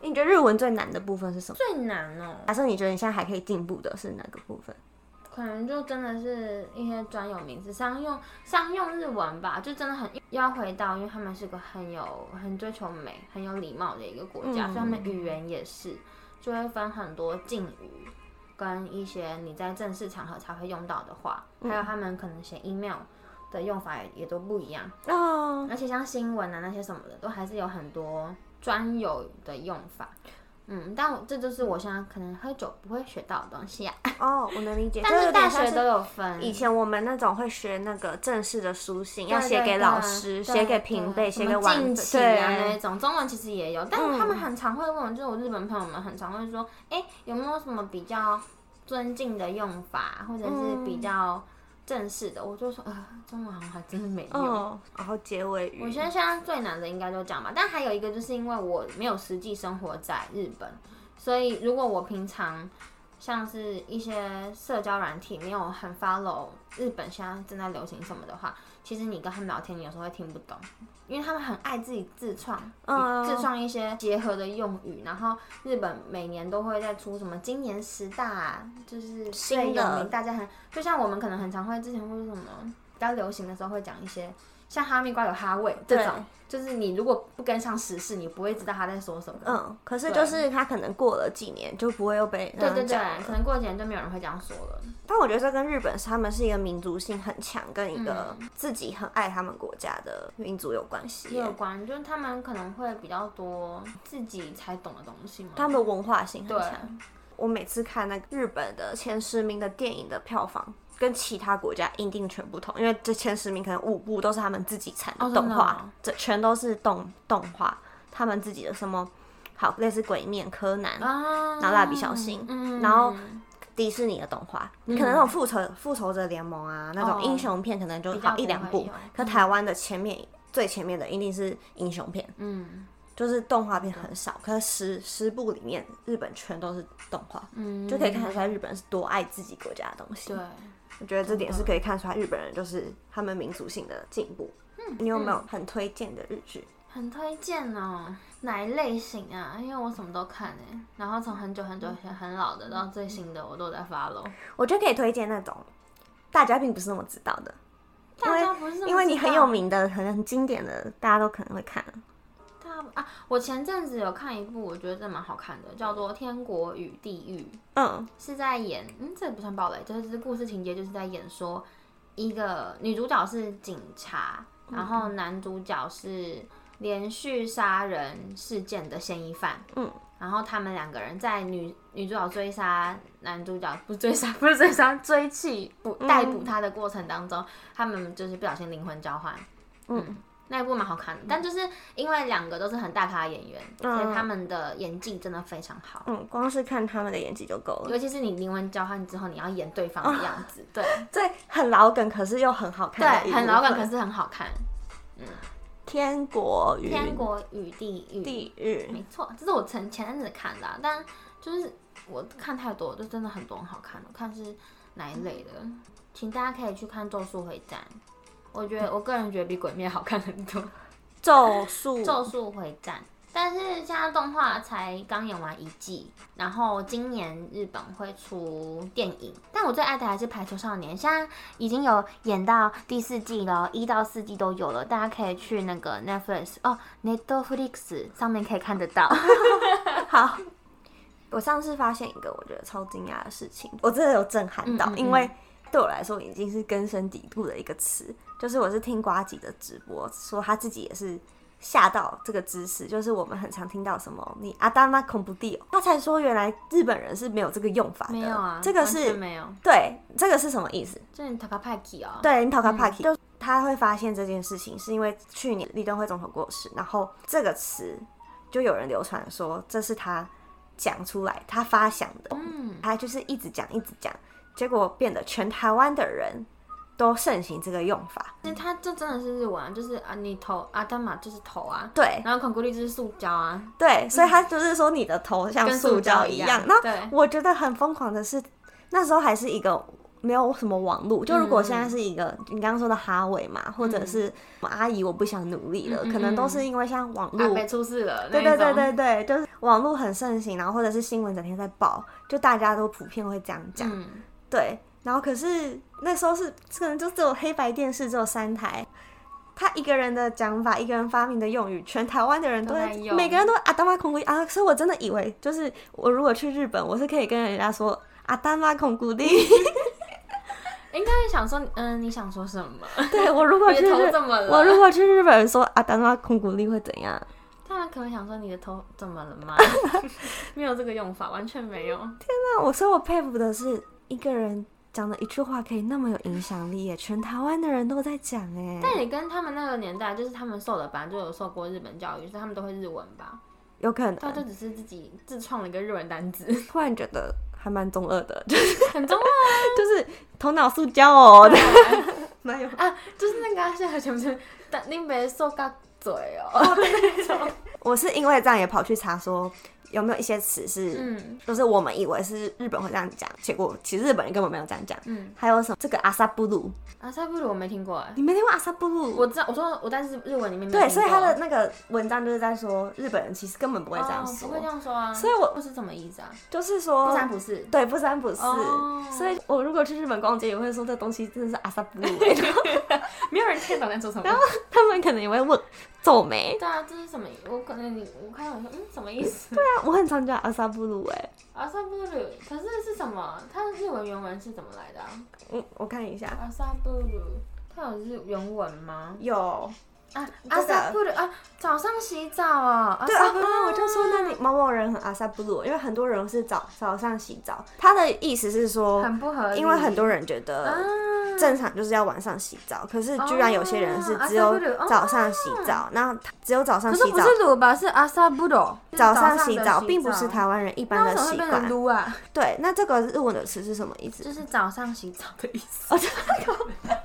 [SPEAKER 1] 你觉得日文最难的部分是什么？
[SPEAKER 2] 最难哦、
[SPEAKER 1] 假设你觉得你现在还可以进步的是哪个部分？
[SPEAKER 2] 可能就真的是一些专有名词，商用商用日文吧，就真的很要回到，因为他们是个很有很追求美、很有礼貌的一个国家，
[SPEAKER 1] 嗯
[SPEAKER 2] 所以他们语言也是就会分很多敬语，跟一些你在正式场合才会用到的话，还有他们可能写 email 的用法也也都不一样，
[SPEAKER 1] 哦，
[SPEAKER 2] 而且像新闻啊那些什么的，都还是有很多专有的用法。嗯，但我这就是我现在可能喝酒不会学到的东西啊。
[SPEAKER 1] 哦，我能理解。
[SPEAKER 2] 但
[SPEAKER 1] 这
[SPEAKER 2] 是
[SPEAKER 1] 有
[SPEAKER 2] 大
[SPEAKER 1] 点像
[SPEAKER 2] 学
[SPEAKER 1] 是
[SPEAKER 2] 都有分，
[SPEAKER 1] 以前我们那种会学那个正式的书信，要
[SPEAKER 2] 对
[SPEAKER 1] 写
[SPEAKER 2] 对
[SPEAKER 1] 给
[SPEAKER 2] 对
[SPEAKER 1] 老师、
[SPEAKER 2] 对
[SPEAKER 1] 写给
[SPEAKER 2] 对
[SPEAKER 1] 平辈、
[SPEAKER 2] 什
[SPEAKER 1] 写
[SPEAKER 2] 么
[SPEAKER 1] 给晚辈，
[SPEAKER 2] 近期啊那一
[SPEAKER 1] 对，
[SPEAKER 2] 种，中文其实也有，但是他们
[SPEAKER 1] 嗯
[SPEAKER 2] 很常会问我，就是我日本朋友们很常会说，哎、有没有什么比较尊敬的用法，或者是
[SPEAKER 1] 嗯
[SPEAKER 2] 比较正式的？我就说，呃，中文好像还真的没有。
[SPEAKER 1] 嗯，然后结尾
[SPEAKER 2] 我
[SPEAKER 1] 语
[SPEAKER 2] 觉，得现在最难的应该就这样吧，但还有一个就是因为我没有实际生活在日本，所以如果我平常像是一些社交软体没有很 follow 日本现在正在流行什么的话，其实你跟他们聊天，你有时候会听不懂，因为他们很爱自己自创，
[SPEAKER 1] 嗯
[SPEAKER 2] 自创一些结合的用语。然后日本每年都会再出什么今年十大，就是
[SPEAKER 1] 新
[SPEAKER 2] 最有
[SPEAKER 1] 的
[SPEAKER 2] 名，大家很就像我们可能很常会之前会说什么比较流行的时候会讲一些。像哈密瓜有哈味这种，就是你如果不跟上时事，你不会知道他在说什么。
[SPEAKER 1] 嗯，可是
[SPEAKER 2] 对
[SPEAKER 1] 就是他可能过了几年就不会又被
[SPEAKER 2] 对
[SPEAKER 1] 那
[SPEAKER 2] 对
[SPEAKER 1] 样
[SPEAKER 2] 对
[SPEAKER 1] 讲，
[SPEAKER 2] 可
[SPEAKER 1] 了。
[SPEAKER 2] 能过几年就没有人会这样说了。
[SPEAKER 1] 但我觉得这跟日本是他们是一个民族性很强，跟一个自己很爱他们国家的民族有关系
[SPEAKER 2] 嗯也有
[SPEAKER 1] 耶，
[SPEAKER 2] 关，就是他们可能会比较多自己才懂的东西嘛。
[SPEAKER 1] 他们的文化性很
[SPEAKER 2] 对，
[SPEAKER 1] 强。我每次看那个日本的前十名的电影的票房，跟其他国家一定全不同，因为这前十名可能五部都是他们自己产
[SPEAKER 2] 哦
[SPEAKER 1] 的
[SPEAKER 2] 真
[SPEAKER 1] 动
[SPEAKER 2] 的
[SPEAKER 1] 画，
[SPEAKER 2] 哦
[SPEAKER 1] 这全都是动动画，他们自己的什么好类似鬼面、柯南、
[SPEAKER 2] 啊，
[SPEAKER 1] 然后蜡笔小新
[SPEAKER 2] 嗯
[SPEAKER 1] 然后迪士尼的动画，你可能那种复仇复仇者联盟啊那
[SPEAKER 2] 哦
[SPEAKER 1] 种英雄片，可能就
[SPEAKER 2] 比较
[SPEAKER 1] 好一两
[SPEAKER 2] 不会
[SPEAKER 1] 部
[SPEAKER 2] 有，
[SPEAKER 1] 可台湾的前面最前面的一定是英雄片，
[SPEAKER 2] 嗯
[SPEAKER 1] 就是动画片很少，可是十十部里面日本全都是动画。
[SPEAKER 2] 嗯，
[SPEAKER 1] 就可以看得出来日本人是多爱自己国家的东西。
[SPEAKER 2] 对，
[SPEAKER 1] 我觉得这
[SPEAKER 2] 嗯
[SPEAKER 1] 点是可以看出来日本人就是他们民族性的进步。
[SPEAKER 2] 嗯
[SPEAKER 1] 你有没有很推荐的日剧？
[SPEAKER 2] 很推荐哦。哪一类型啊？因为我什么都看哎、然后从很久很久以前很老的到最新的，我都有在 follow。
[SPEAKER 1] 我觉得可以推荐那种大家并不是那么知道的，因
[SPEAKER 2] 大家不是这么
[SPEAKER 1] 为因为你
[SPEAKER 2] 知道
[SPEAKER 1] 很有，名的、很很经典的，大家都可能会看。
[SPEAKER 2] 大家啊，我前阵子有看一部，我觉得真蛮好看的，叫做《天国与地狱》。
[SPEAKER 1] 嗯，
[SPEAKER 2] 是在演，嗯，这也不算暴雷，就是故事情节就是在演说一个女主角是警察，然后男主角是连续杀人事件的嫌疑犯，
[SPEAKER 1] 嗯，
[SPEAKER 2] 然后他们两个人在女女主角追杀男主角，不是追杀，不 *laughs* 是追杀，追弃捕逮捕他的过程当中，他们就是不小心灵魂交换，
[SPEAKER 1] 嗯
[SPEAKER 2] 那一部蛮好看的，但就是因为两个都是很大咖的演员，所以
[SPEAKER 1] 嗯
[SPEAKER 2] 他们的演技真的非常好。
[SPEAKER 1] 嗯，光是看他们的演技就够了。
[SPEAKER 2] 尤其是你灵魂交换之后，你要演对方的样
[SPEAKER 1] 嗯
[SPEAKER 2] 子，
[SPEAKER 1] *laughs*
[SPEAKER 2] 对
[SPEAKER 1] 这很老梗，可是又很好看。
[SPEAKER 2] 对，很老梗，可。是很好看。
[SPEAKER 1] 嗯天国与
[SPEAKER 2] 天国与地狱，
[SPEAKER 1] 地狱，
[SPEAKER 2] 没错，这是我前前阵子看的啊、但就是我看太多，就真的很多很好看的，看是哪一类的，
[SPEAKER 1] 嗯
[SPEAKER 2] 请大家可以去看《咒术回战》，我觉得我个人觉得比《鬼灭》好看很多，《
[SPEAKER 1] 咒术
[SPEAKER 2] 咒术回战》。但是现在动画才刚演完一季，然后今年日本会出电影，但我最爱的还是《排球少年》，现在已经有演到第四季了，一到四季都有了，大家可以去那个 Netflix 哦，Netflix 上面可以看得
[SPEAKER 1] *laughs*
[SPEAKER 2] 到。
[SPEAKER 1] 好，我上次发现一个我觉得超惊讶的事情，我真的有震撼到，
[SPEAKER 2] 嗯嗯嗯
[SPEAKER 1] 因为对我来说已经是根深蒂固的一个词，就是我是听瓜吉的直播说他自己也是。吓到这个知识，就是我们很常听到什么“你阿达玛恐怖地”，他才说原来日本人是没有这个用法的。
[SPEAKER 2] 没有啊，
[SPEAKER 1] 这个
[SPEAKER 2] 完全
[SPEAKER 1] 是
[SPEAKER 2] 没有，
[SPEAKER 1] 对，这个是什么意思？
[SPEAKER 2] 这你塔卡派基哦。，
[SPEAKER 1] 对，你讨卡帕奇，就他会发现这件事情，是因为去年李登辉总统过世，然后这个词就有人流传说这是他讲出来，他发想的，
[SPEAKER 2] 嗯，
[SPEAKER 1] 他就是一直讲一直讲，结果变得全台湾的人都盛行这个用法。
[SPEAKER 2] 那它这真的是日文、啊，就是啊，你头啊，干嘛就是头啊，
[SPEAKER 1] 对
[SPEAKER 2] 然后孔古力就是塑胶啊，
[SPEAKER 1] 对，所以他就是说你的头像
[SPEAKER 2] 跟
[SPEAKER 1] 哦塑胶
[SPEAKER 2] 一
[SPEAKER 1] 一
[SPEAKER 2] 样
[SPEAKER 1] 样。。那
[SPEAKER 2] 对，
[SPEAKER 1] 我觉得很疯狂的是，那时候还是一个没有什么网络，就如果现
[SPEAKER 2] 嗯
[SPEAKER 1] 在是一个你刚刚说的哈维嘛，或者是阿姨我不想努力了，
[SPEAKER 2] 嗯嗯
[SPEAKER 1] 可能都是因为像网
[SPEAKER 2] 阿
[SPEAKER 1] 络，
[SPEAKER 2] 北出事了，
[SPEAKER 1] 对
[SPEAKER 2] 那
[SPEAKER 1] 对
[SPEAKER 2] 一种
[SPEAKER 1] 对对对，就是网络很盛行，然后或者是新闻整天在报，就大家都普遍会这样讲，
[SPEAKER 2] 嗯，
[SPEAKER 1] 对。然后可是那时候是可能就只有黑白电视只有三台。他一个人的讲法，一个人发明的用语，全台湾的人都
[SPEAKER 2] 都在
[SPEAKER 1] 在，
[SPEAKER 2] 用
[SPEAKER 1] 每个人都阿达玛孔古力啊！所以我真的以为，就是我如果去日本，我是可以跟人家说阿达玛孔古
[SPEAKER 2] *laughs*
[SPEAKER 1] 力。
[SPEAKER 2] 应该想说，嗯，你想说什么？
[SPEAKER 1] *laughs* 对我如果
[SPEAKER 2] 你
[SPEAKER 1] 去
[SPEAKER 2] 的头
[SPEAKER 1] 日，
[SPEAKER 2] 怎么了？
[SPEAKER 1] 我如果去日本说阿达玛孔古力会怎样？
[SPEAKER 2] 大家可能想说你的头怎么了
[SPEAKER 1] *laughs*
[SPEAKER 2] 吗？ *laughs* 没有这个用法，完全没有。
[SPEAKER 1] 那我所以，我佩服的是一个人讲的一句话可以那么有影响力耶，全台湾的人都在讲哎。
[SPEAKER 2] 但也跟他们那个年代，就是他们受的本来就有受过日本教育，所以他们都会日文吧？
[SPEAKER 1] 有可能
[SPEAKER 2] 他就只是自己自创了一个日文单词， *laughs*
[SPEAKER 1] 突然觉得还蛮中二的， *laughs* 就是
[SPEAKER 2] 很中啊
[SPEAKER 1] 就是头脑塑胶哦， *laughs* 蛮有。
[SPEAKER 2] 二啊，就是那个啊现在全部是但你没受到嘴哦。
[SPEAKER 1] 我是因为这样也跑去查说有没有一些词是，
[SPEAKER 2] *laughs* 嗯
[SPEAKER 1] 就是我们以为是日本会这样讲，结果其实日本人根本没有这样讲。
[SPEAKER 2] 嗯，
[SPEAKER 1] 还有什么这个阿萨布鲁，
[SPEAKER 2] 阿萨布鲁我没听过哎，
[SPEAKER 1] 你没听过阿萨布鲁？
[SPEAKER 2] 我知道，我说我但是日文里面没有
[SPEAKER 1] 对，
[SPEAKER 2] 听
[SPEAKER 1] 所
[SPEAKER 2] 过
[SPEAKER 1] 以他的那个文章就是在说日本人其实根本不会这样
[SPEAKER 2] 哦
[SPEAKER 1] 说，
[SPEAKER 2] 不会这样说啊。
[SPEAKER 1] 所以我哦
[SPEAKER 2] 不是什么意思啊？
[SPEAKER 1] 就是说
[SPEAKER 2] 不三
[SPEAKER 1] *laughs*
[SPEAKER 2] 不四。
[SPEAKER 1] 对，不三不四。
[SPEAKER 2] 哦
[SPEAKER 1] 所以我如果去日本逛街，也会说这东西真的是阿萨布鲁欸， *laughs* 然后
[SPEAKER 2] 没有人听懂在说什么。
[SPEAKER 1] 他们可能也会问皱眉。
[SPEAKER 2] 对啊，这是什么意？我可能你我看到我说嗯什么意思？
[SPEAKER 1] 对啊， *laughs* 我很常叫阿萨布鲁哎，
[SPEAKER 2] 阿萨布鲁，可是是什么？它的日文原文是怎么来的、啊？
[SPEAKER 1] 嗯，我看一下，
[SPEAKER 2] 阿萨布鲁，它有日原文吗？
[SPEAKER 1] 有
[SPEAKER 2] 啊，
[SPEAKER 1] 这个
[SPEAKER 2] 阿萨布鲁啊，早上洗澡啊、阿
[SPEAKER 1] 对啊，
[SPEAKER 2] 萨布鲁
[SPEAKER 1] 啊我就说那里某某人很阿萨布鲁，因为很多人是早早上洗澡，他的意思是说，
[SPEAKER 2] 很不合理，
[SPEAKER 1] 因为很多人觉得。
[SPEAKER 2] 啊，
[SPEAKER 1] 正常就是要晚上洗澡，可是居然有些人是
[SPEAKER 2] 哦
[SPEAKER 1] 只
[SPEAKER 2] 阿
[SPEAKER 1] 有
[SPEAKER 2] 萨布鲁哦
[SPEAKER 1] 早上洗澡，那、只有早上
[SPEAKER 2] 可是
[SPEAKER 1] 洗
[SPEAKER 2] 不
[SPEAKER 1] 澡，
[SPEAKER 2] 是鲁吧？是阿萨布鲁，
[SPEAKER 1] 早上
[SPEAKER 2] 上
[SPEAKER 1] 洗
[SPEAKER 2] 的
[SPEAKER 1] 澡并不是。台湾人一般
[SPEAKER 2] 那为
[SPEAKER 1] 的
[SPEAKER 2] 什么会
[SPEAKER 1] 习
[SPEAKER 2] 变成
[SPEAKER 1] 惯。
[SPEAKER 2] 撸啊？
[SPEAKER 1] 对，那这个日文的词是什么意思？
[SPEAKER 2] 就是早上洗澡的意
[SPEAKER 1] *laughs*
[SPEAKER 2] 思。
[SPEAKER 1] 哦
[SPEAKER 2] *laughs*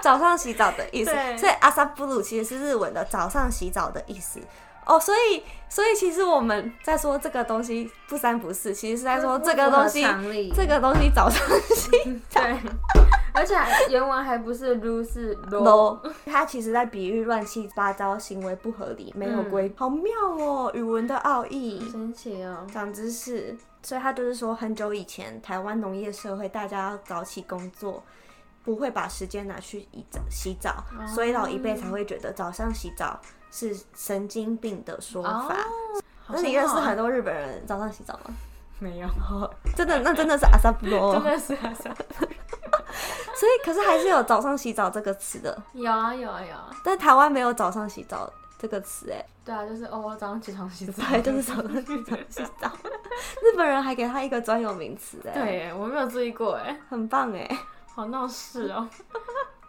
[SPEAKER 1] 早上洗澡的意思
[SPEAKER 2] 对，
[SPEAKER 1] 所以阿萨布鲁其实是日文的早上洗澡的意思。哦，所以所以其实我们在说这个东西不三不四，其实是在说这个东西，这个
[SPEAKER 2] 个
[SPEAKER 1] 东西早上洗
[SPEAKER 2] 对，而且原文还不是撸是
[SPEAKER 1] 喽。哦它其实在比喻乱七八糟、行为不合理、没有规，好妙哦，语文的奥义，
[SPEAKER 2] 神奇哦。
[SPEAKER 1] 长知识。所以他就是说，很久以前台湾农业社会，大家要早起工作。不会把时间拿去洗澡，洗澡，所以老一辈才会觉得早上洗澡是神经病的说法。
[SPEAKER 2] 哦
[SPEAKER 1] 那你认识很多日本人早上洗澡吗？
[SPEAKER 2] 没有？
[SPEAKER 1] 真的，那真的是阿萨布罗。
[SPEAKER 2] *laughs* 真
[SPEAKER 1] *laughs*
[SPEAKER 2] 的是很少
[SPEAKER 1] 所以，可是还是有早上洗澡这个词的，
[SPEAKER 2] 有啊有啊有啊，
[SPEAKER 1] 但台湾没有早上洗澡这个词，哎，
[SPEAKER 2] 对啊，就是哦，我早上起床洗澡，
[SPEAKER 1] 对， *laughs* 就是早上洗澡洗澡。日本人还给他一个专有名词，哎，，
[SPEAKER 2] *laughs* 对，我没有注意过哎，
[SPEAKER 1] 很棒，哎，
[SPEAKER 2] 好闹事
[SPEAKER 1] *laughs*
[SPEAKER 2] 哦。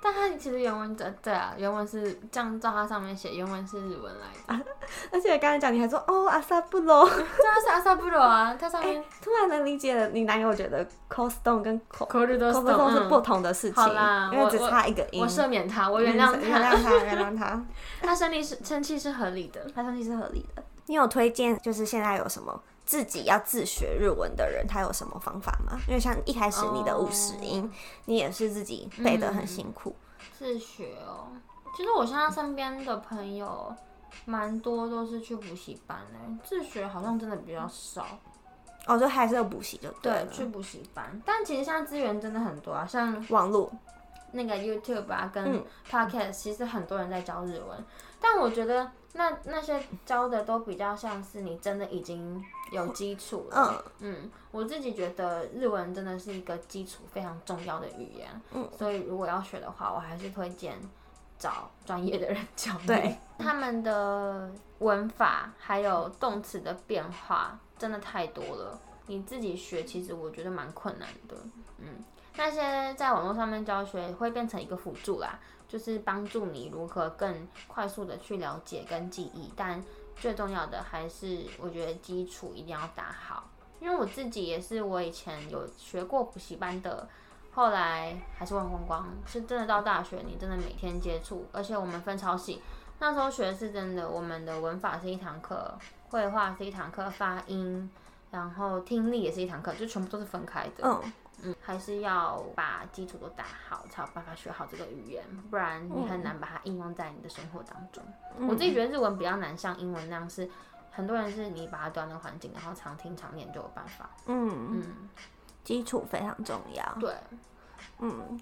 [SPEAKER 2] 但它其实原文的对啊，原文是这样照它上面写，原文是日文来
[SPEAKER 1] 啊
[SPEAKER 2] 的，
[SPEAKER 1] 而且刚才讲你还说哦阿萨布罗， *laughs*
[SPEAKER 2] 对啊是阿萨布罗啊，它上面
[SPEAKER 1] 突然能理解了你男友觉得 cold stone 跟 cold
[SPEAKER 2] c o r r i d o
[SPEAKER 1] cold stone 是不同的事情
[SPEAKER 2] 嗯好啦，
[SPEAKER 1] 因为
[SPEAKER 2] 我
[SPEAKER 1] 只差一个音
[SPEAKER 2] 我。赦免他，我
[SPEAKER 1] 嗯
[SPEAKER 2] 原谅
[SPEAKER 1] 原
[SPEAKER 2] *laughs* 他，
[SPEAKER 1] 谅他，原谅他， *laughs*
[SPEAKER 2] 他生气是生气是合理的。
[SPEAKER 1] 他生气是合理的。你有推荐就是现在有什么自己要自学日文的人，他有什么方法吗？因为像一开始你的
[SPEAKER 2] 哦嗯
[SPEAKER 1] 五十音你也是自己背得很辛苦。
[SPEAKER 2] 自学哦。其实我现在身边的朋友蛮多都是去补习班嘞、自学好像真的比较少。
[SPEAKER 1] 哦，就还是有补习就对了。
[SPEAKER 2] 对，去补习班，但其实现在资源真的很多啊，像
[SPEAKER 1] 网络
[SPEAKER 2] 那个 YouTube 啊，跟
[SPEAKER 1] 嗯
[SPEAKER 2] Podcast，、其实很多人在教日文，但我觉得那那些教的都比较像是你真的已经有基础了。嗯我自己觉得日文真的是一个基础非常重要的语言，
[SPEAKER 1] 嗯
[SPEAKER 2] 所以如果要学的话，我还是推荐找专业的人教你。
[SPEAKER 1] 对
[SPEAKER 2] *laughs* 他们的文法还有动词的变化真的太多了，你自己学其实我觉得蛮困难的。嗯，那些在网络上面教学会变成一个辅助啦，就是帮助你如何更快速的去了解跟记忆，但最重要的还是我觉得基础一定要打好。因为我自己也是，我以前有学过补习班的，后来还是忘光光。是真的到大学，你真的每天接触，而且我们分超细。那时候学的是真的，我们的文法是一堂课，绘画是一堂课，发音，然后听力也是一堂课，就全部都是分开的。
[SPEAKER 1] 嗯，
[SPEAKER 2] 嗯，还是要把基础都打好，才有办法学好这个语言，不然你很难把它应用在你的生活当中。
[SPEAKER 1] 嗯
[SPEAKER 2] 我自己觉得日文比较难，像英文那样是，很多人是你把它端到环境，然后常听常念就有办法。
[SPEAKER 1] 嗯，哦
[SPEAKER 2] 嗯，
[SPEAKER 1] 基础非常重要。
[SPEAKER 2] 对，
[SPEAKER 1] 嗯，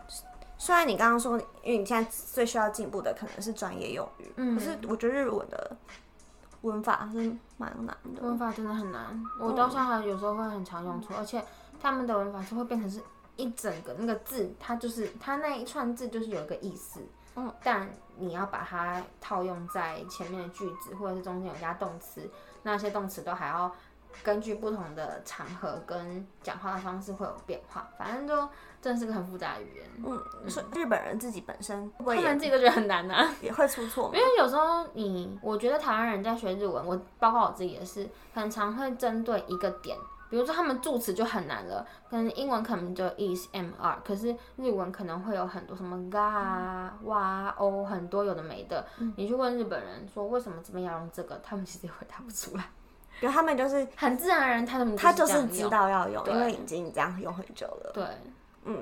[SPEAKER 1] 虽然你刚刚说，因为你现在最需要进步的可能是专业用语，
[SPEAKER 2] 嗯
[SPEAKER 1] 可是我觉得日文的文法是蛮难的。
[SPEAKER 2] 文法真的很难，我到现在还有时候会很常用错，而且他们的文法是会变成是一整个那个字，它就是它那一串字就是有一个意思，
[SPEAKER 1] 嗯，
[SPEAKER 2] 但你要把它套用在前面的句子，或者是中间有加动词，那些动词都还要根据不同的场合跟讲话的方式会有变化，反正就真的是个很复杂的语言，
[SPEAKER 1] 嗯，所以日本人自己本身会不会
[SPEAKER 2] 他们
[SPEAKER 1] 也
[SPEAKER 2] 自己都觉得很难啊。
[SPEAKER 1] 也会出错吗
[SPEAKER 2] 因？为有时候你，我觉得台湾人在学日文，我包括我自己也是，很常会针对一个点，比如说他们助词就很难了，可能英文可能就 is m r，可是日文可能会有很多什么ga
[SPEAKER 1] 嗯
[SPEAKER 2] 啊哇哦，很多有的没的。你去问日本人说为什么这边要用这个，他们其实也回答不出来， *laughs*
[SPEAKER 1] 比如他们就是
[SPEAKER 2] 很自然而然他们
[SPEAKER 1] 他就
[SPEAKER 2] 这样
[SPEAKER 1] 是知
[SPEAKER 2] 用。
[SPEAKER 1] 道要用，
[SPEAKER 2] 对
[SPEAKER 1] 因为已经这样用很久了。
[SPEAKER 2] 对，
[SPEAKER 1] 嗯，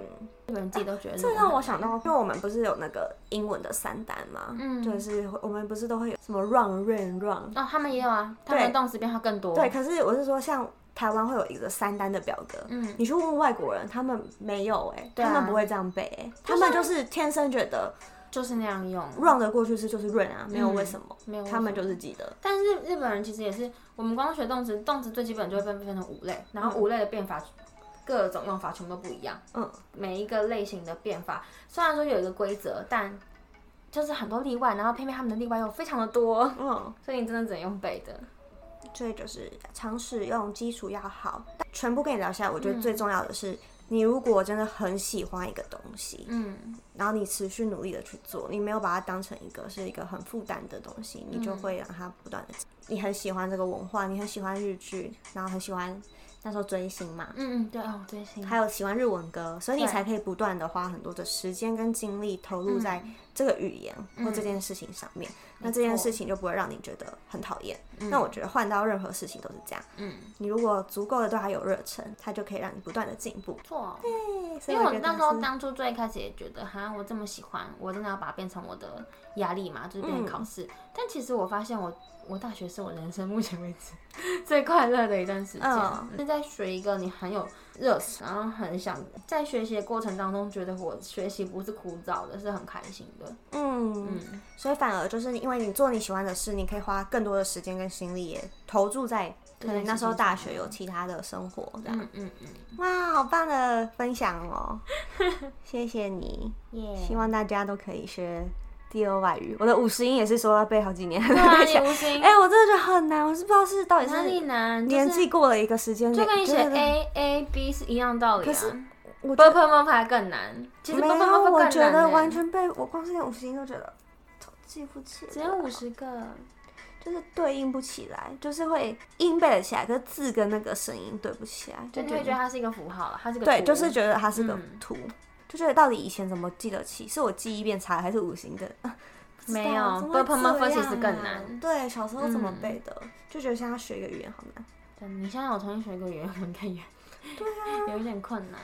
[SPEAKER 2] 日本人自己都觉得、
[SPEAKER 1] 啊这让我想，到，因为我们不是有那个英文的三单嘛，
[SPEAKER 2] 嗯
[SPEAKER 1] 就是我们不是都会有什么 run run run，
[SPEAKER 2] 哦，他们也有啊，他们的动词变化更多。
[SPEAKER 1] 对，可是我是说，像台湾会有一个三单的表格，
[SPEAKER 2] 嗯
[SPEAKER 1] 你去问外国人，他们没有哎、
[SPEAKER 2] 对啊
[SPEAKER 1] 他们不会这样背哎、他们就是天生觉得
[SPEAKER 2] 就是那样用。
[SPEAKER 1] run 的过去式就是 run 啊，没有为什么，
[SPEAKER 2] 嗯没有为什么
[SPEAKER 1] 他们就是记得，
[SPEAKER 2] 但是日本人其实也是，我们光学动词，动词最基本就会被分成五类，然后五类的变法，各种用法全部都不一样。
[SPEAKER 1] 嗯，
[SPEAKER 2] 每一个类型的变法，虽然说有一个规则，但就是很多例外，然后偏偏他们的例外又非常的多，
[SPEAKER 1] 嗯，
[SPEAKER 2] 所以你真的只能用背的。
[SPEAKER 1] 所以就是常使用，基础要好。但全部跟你聊下来，我觉
[SPEAKER 2] 嗯
[SPEAKER 1] 得最重要的是。你如果真的很喜欢一个东西，
[SPEAKER 2] 嗯，
[SPEAKER 1] 然后你持续努力的去做，你没有把它当成一个是一个很负担的东西，你
[SPEAKER 2] 嗯
[SPEAKER 1] 就会让它不断的。你很喜欢这个文化，你很喜欢日剧，然后很喜欢那时候追星嘛，
[SPEAKER 2] 嗯嗯，对哦，最新。
[SPEAKER 1] 还有喜欢日文歌，所以你
[SPEAKER 2] 对
[SPEAKER 1] 才可以不断的花很多的时间跟精力投入在
[SPEAKER 2] 嗯
[SPEAKER 1] 这个语言或这件事情上面。那这件事情就不会让你觉得很讨厌。那我觉得换到任何事情都是这样，
[SPEAKER 2] 嗯，
[SPEAKER 1] 你如果足够的对它有热忱，它就可以让你不断的进步。
[SPEAKER 2] 错。哦
[SPEAKER 1] 所以
[SPEAKER 2] 嗯因为我
[SPEAKER 1] 觉得
[SPEAKER 2] 那时候
[SPEAKER 1] 是
[SPEAKER 2] 当初最开始也觉得，哈，我这么喜欢，我真的要把它变成我的压力嘛，就
[SPEAKER 1] 嗯
[SPEAKER 2] 是变成考试。但其实我发现我，我大学是我人生目前为止 *laughs* 最快乐的一段时间，
[SPEAKER 1] 嗯
[SPEAKER 2] 是在学一个你很有热忱，然后很想在学习的过程当中，觉得我学习不是枯燥的，是很开心的。
[SPEAKER 1] 嗯，所以反而就是因为你做你喜欢的事，你可以花更多的时间跟心力，也投注在可能那时候大学有其他的生活这样。
[SPEAKER 2] 嗯嗯嗯，
[SPEAKER 1] 哇，好棒的分享
[SPEAKER 2] *laughs*
[SPEAKER 1] 哦，谢谢你，
[SPEAKER 2] 耶、
[SPEAKER 1] 希望大家都可以学第二外语。我的五十音也是说要背好几年， *laughs*
[SPEAKER 2] 对啊，
[SPEAKER 1] 背起来
[SPEAKER 2] 你无心
[SPEAKER 1] 哎、我真的觉得很难，我是不知道是到底
[SPEAKER 2] 哪里
[SPEAKER 1] 是
[SPEAKER 2] 难？
[SPEAKER 1] 年
[SPEAKER 2] 就是
[SPEAKER 1] 纪过了一个时间，
[SPEAKER 2] 就跟你写
[SPEAKER 1] 觉得
[SPEAKER 2] A A B 是一样道理啊。
[SPEAKER 1] 是我
[SPEAKER 2] b u r p l e m o 还更难，其实 b u
[SPEAKER 1] 没
[SPEAKER 2] r p l e m
[SPEAKER 1] 有，啊
[SPEAKER 2] o
[SPEAKER 1] 我
[SPEAKER 2] 更难、
[SPEAKER 1] 觉得
[SPEAKER 2] 欸
[SPEAKER 1] 完全背，我光是念五十音都觉得记不起来，
[SPEAKER 2] 只有五十个。
[SPEAKER 1] 就是对应不起来，就是会音背得起来，可是字跟那个声音对不起来，就
[SPEAKER 2] 就你
[SPEAKER 1] 觉
[SPEAKER 2] 会觉得
[SPEAKER 1] 得
[SPEAKER 2] 它是一个符号了，它是个
[SPEAKER 1] 对，
[SPEAKER 2] 图
[SPEAKER 1] 就是觉得它是个
[SPEAKER 2] 嗯
[SPEAKER 1] 图，就觉得到底以前怎么记得起？是我记忆变差了，还是五行的？不知道
[SPEAKER 2] 没有
[SPEAKER 1] 怎么会
[SPEAKER 2] Burp and
[SPEAKER 1] 这
[SPEAKER 2] Muffin
[SPEAKER 1] 样啊
[SPEAKER 2] 其实更难嗯
[SPEAKER 1] 对，小时候怎么背的？就觉得现在学一个语言好难。
[SPEAKER 2] 真的你现在我重新学一个语言，我应 *laughs* 该也
[SPEAKER 1] 对啊，
[SPEAKER 2] 有一点困难。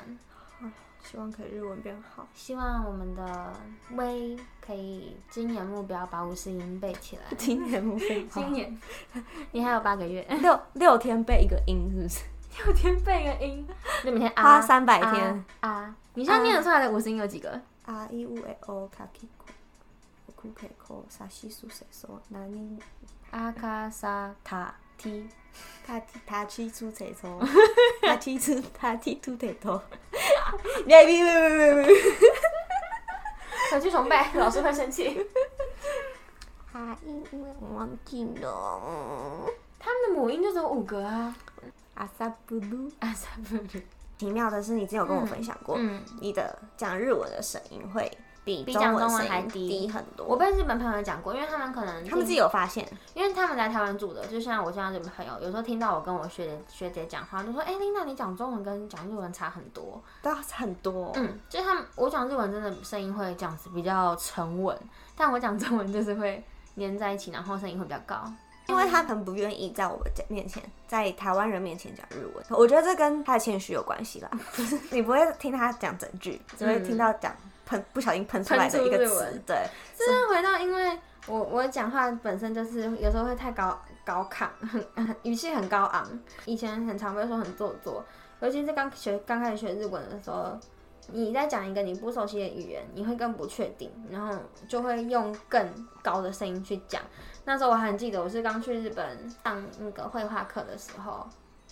[SPEAKER 1] 希望可以日文变好。
[SPEAKER 2] 希望我们的微可以今年目标把五十音背起来。
[SPEAKER 1] 今年不背，
[SPEAKER 2] 今年 *laughs* 你还有八个月，
[SPEAKER 1] 六六天背一个音，是不是？
[SPEAKER 2] *laughs* 六天背个 *laughs* 音，就每天啊
[SPEAKER 1] 花三百天
[SPEAKER 2] 啊啊你现在念得出来的五十音有几个？
[SPEAKER 1] 啊一五 a o 卡 k i k 库 k 库萨西苏塞索那尼
[SPEAKER 2] 阿卡萨塔提 *laughs*
[SPEAKER 1] 他踢他踢出腿头，他踢出他踢出腿头，别别别别别别！
[SPEAKER 2] 回去重背，老师会生气。
[SPEAKER 1] 啊，因为我忘记了。
[SPEAKER 2] *laughs* 他们的母音就只有五个啊。
[SPEAKER 1] 阿萨布鲁，
[SPEAKER 2] 阿萨布鲁，
[SPEAKER 1] 奇妙的是，你之前有跟我分享过，
[SPEAKER 2] 嗯，
[SPEAKER 1] 你的讲日文的声音会比
[SPEAKER 2] 比
[SPEAKER 1] 中
[SPEAKER 2] 讲
[SPEAKER 1] 文
[SPEAKER 2] 中
[SPEAKER 1] 声
[SPEAKER 2] 文
[SPEAKER 1] 音
[SPEAKER 2] 还低
[SPEAKER 1] 低很多。
[SPEAKER 2] 我被日本朋友讲过，因为他们可能
[SPEAKER 1] 他们自己
[SPEAKER 2] 听
[SPEAKER 1] 有发现，
[SPEAKER 2] 因为他们来台湾住的，就像我现在这边朋友，有时候听到我跟我学姐学姐讲话，就说：“哎、琳娜，你讲中文跟讲日文差很多。
[SPEAKER 1] 都很”多。
[SPEAKER 2] 嗯，就是他们我讲日文真的声音会这样子比较沉稳，但我讲中文就是会粘在一起，然后声音会比较高。
[SPEAKER 1] 因为他很不愿意在我们面前，在台湾人面前讲日文，我觉得这跟他的谦虚有关系啦。 *laughs* 就是你不会听他讲整句，只会听到讲喷不小心喷出来的一个
[SPEAKER 2] 喷出日
[SPEAKER 1] 词
[SPEAKER 2] 文。
[SPEAKER 1] 对，
[SPEAKER 2] 这是回到，因为我我讲话本身就是有时候会太高高亢，很语气很高昂。以前很常被说很做作，尤其是刚学刚开始学日文的时候，你在讲一个你不熟悉的语言，你会更不确定，然后就会用更高的声音去讲。那时候我还很记得，我是刚去日本上那个绘画课的时候。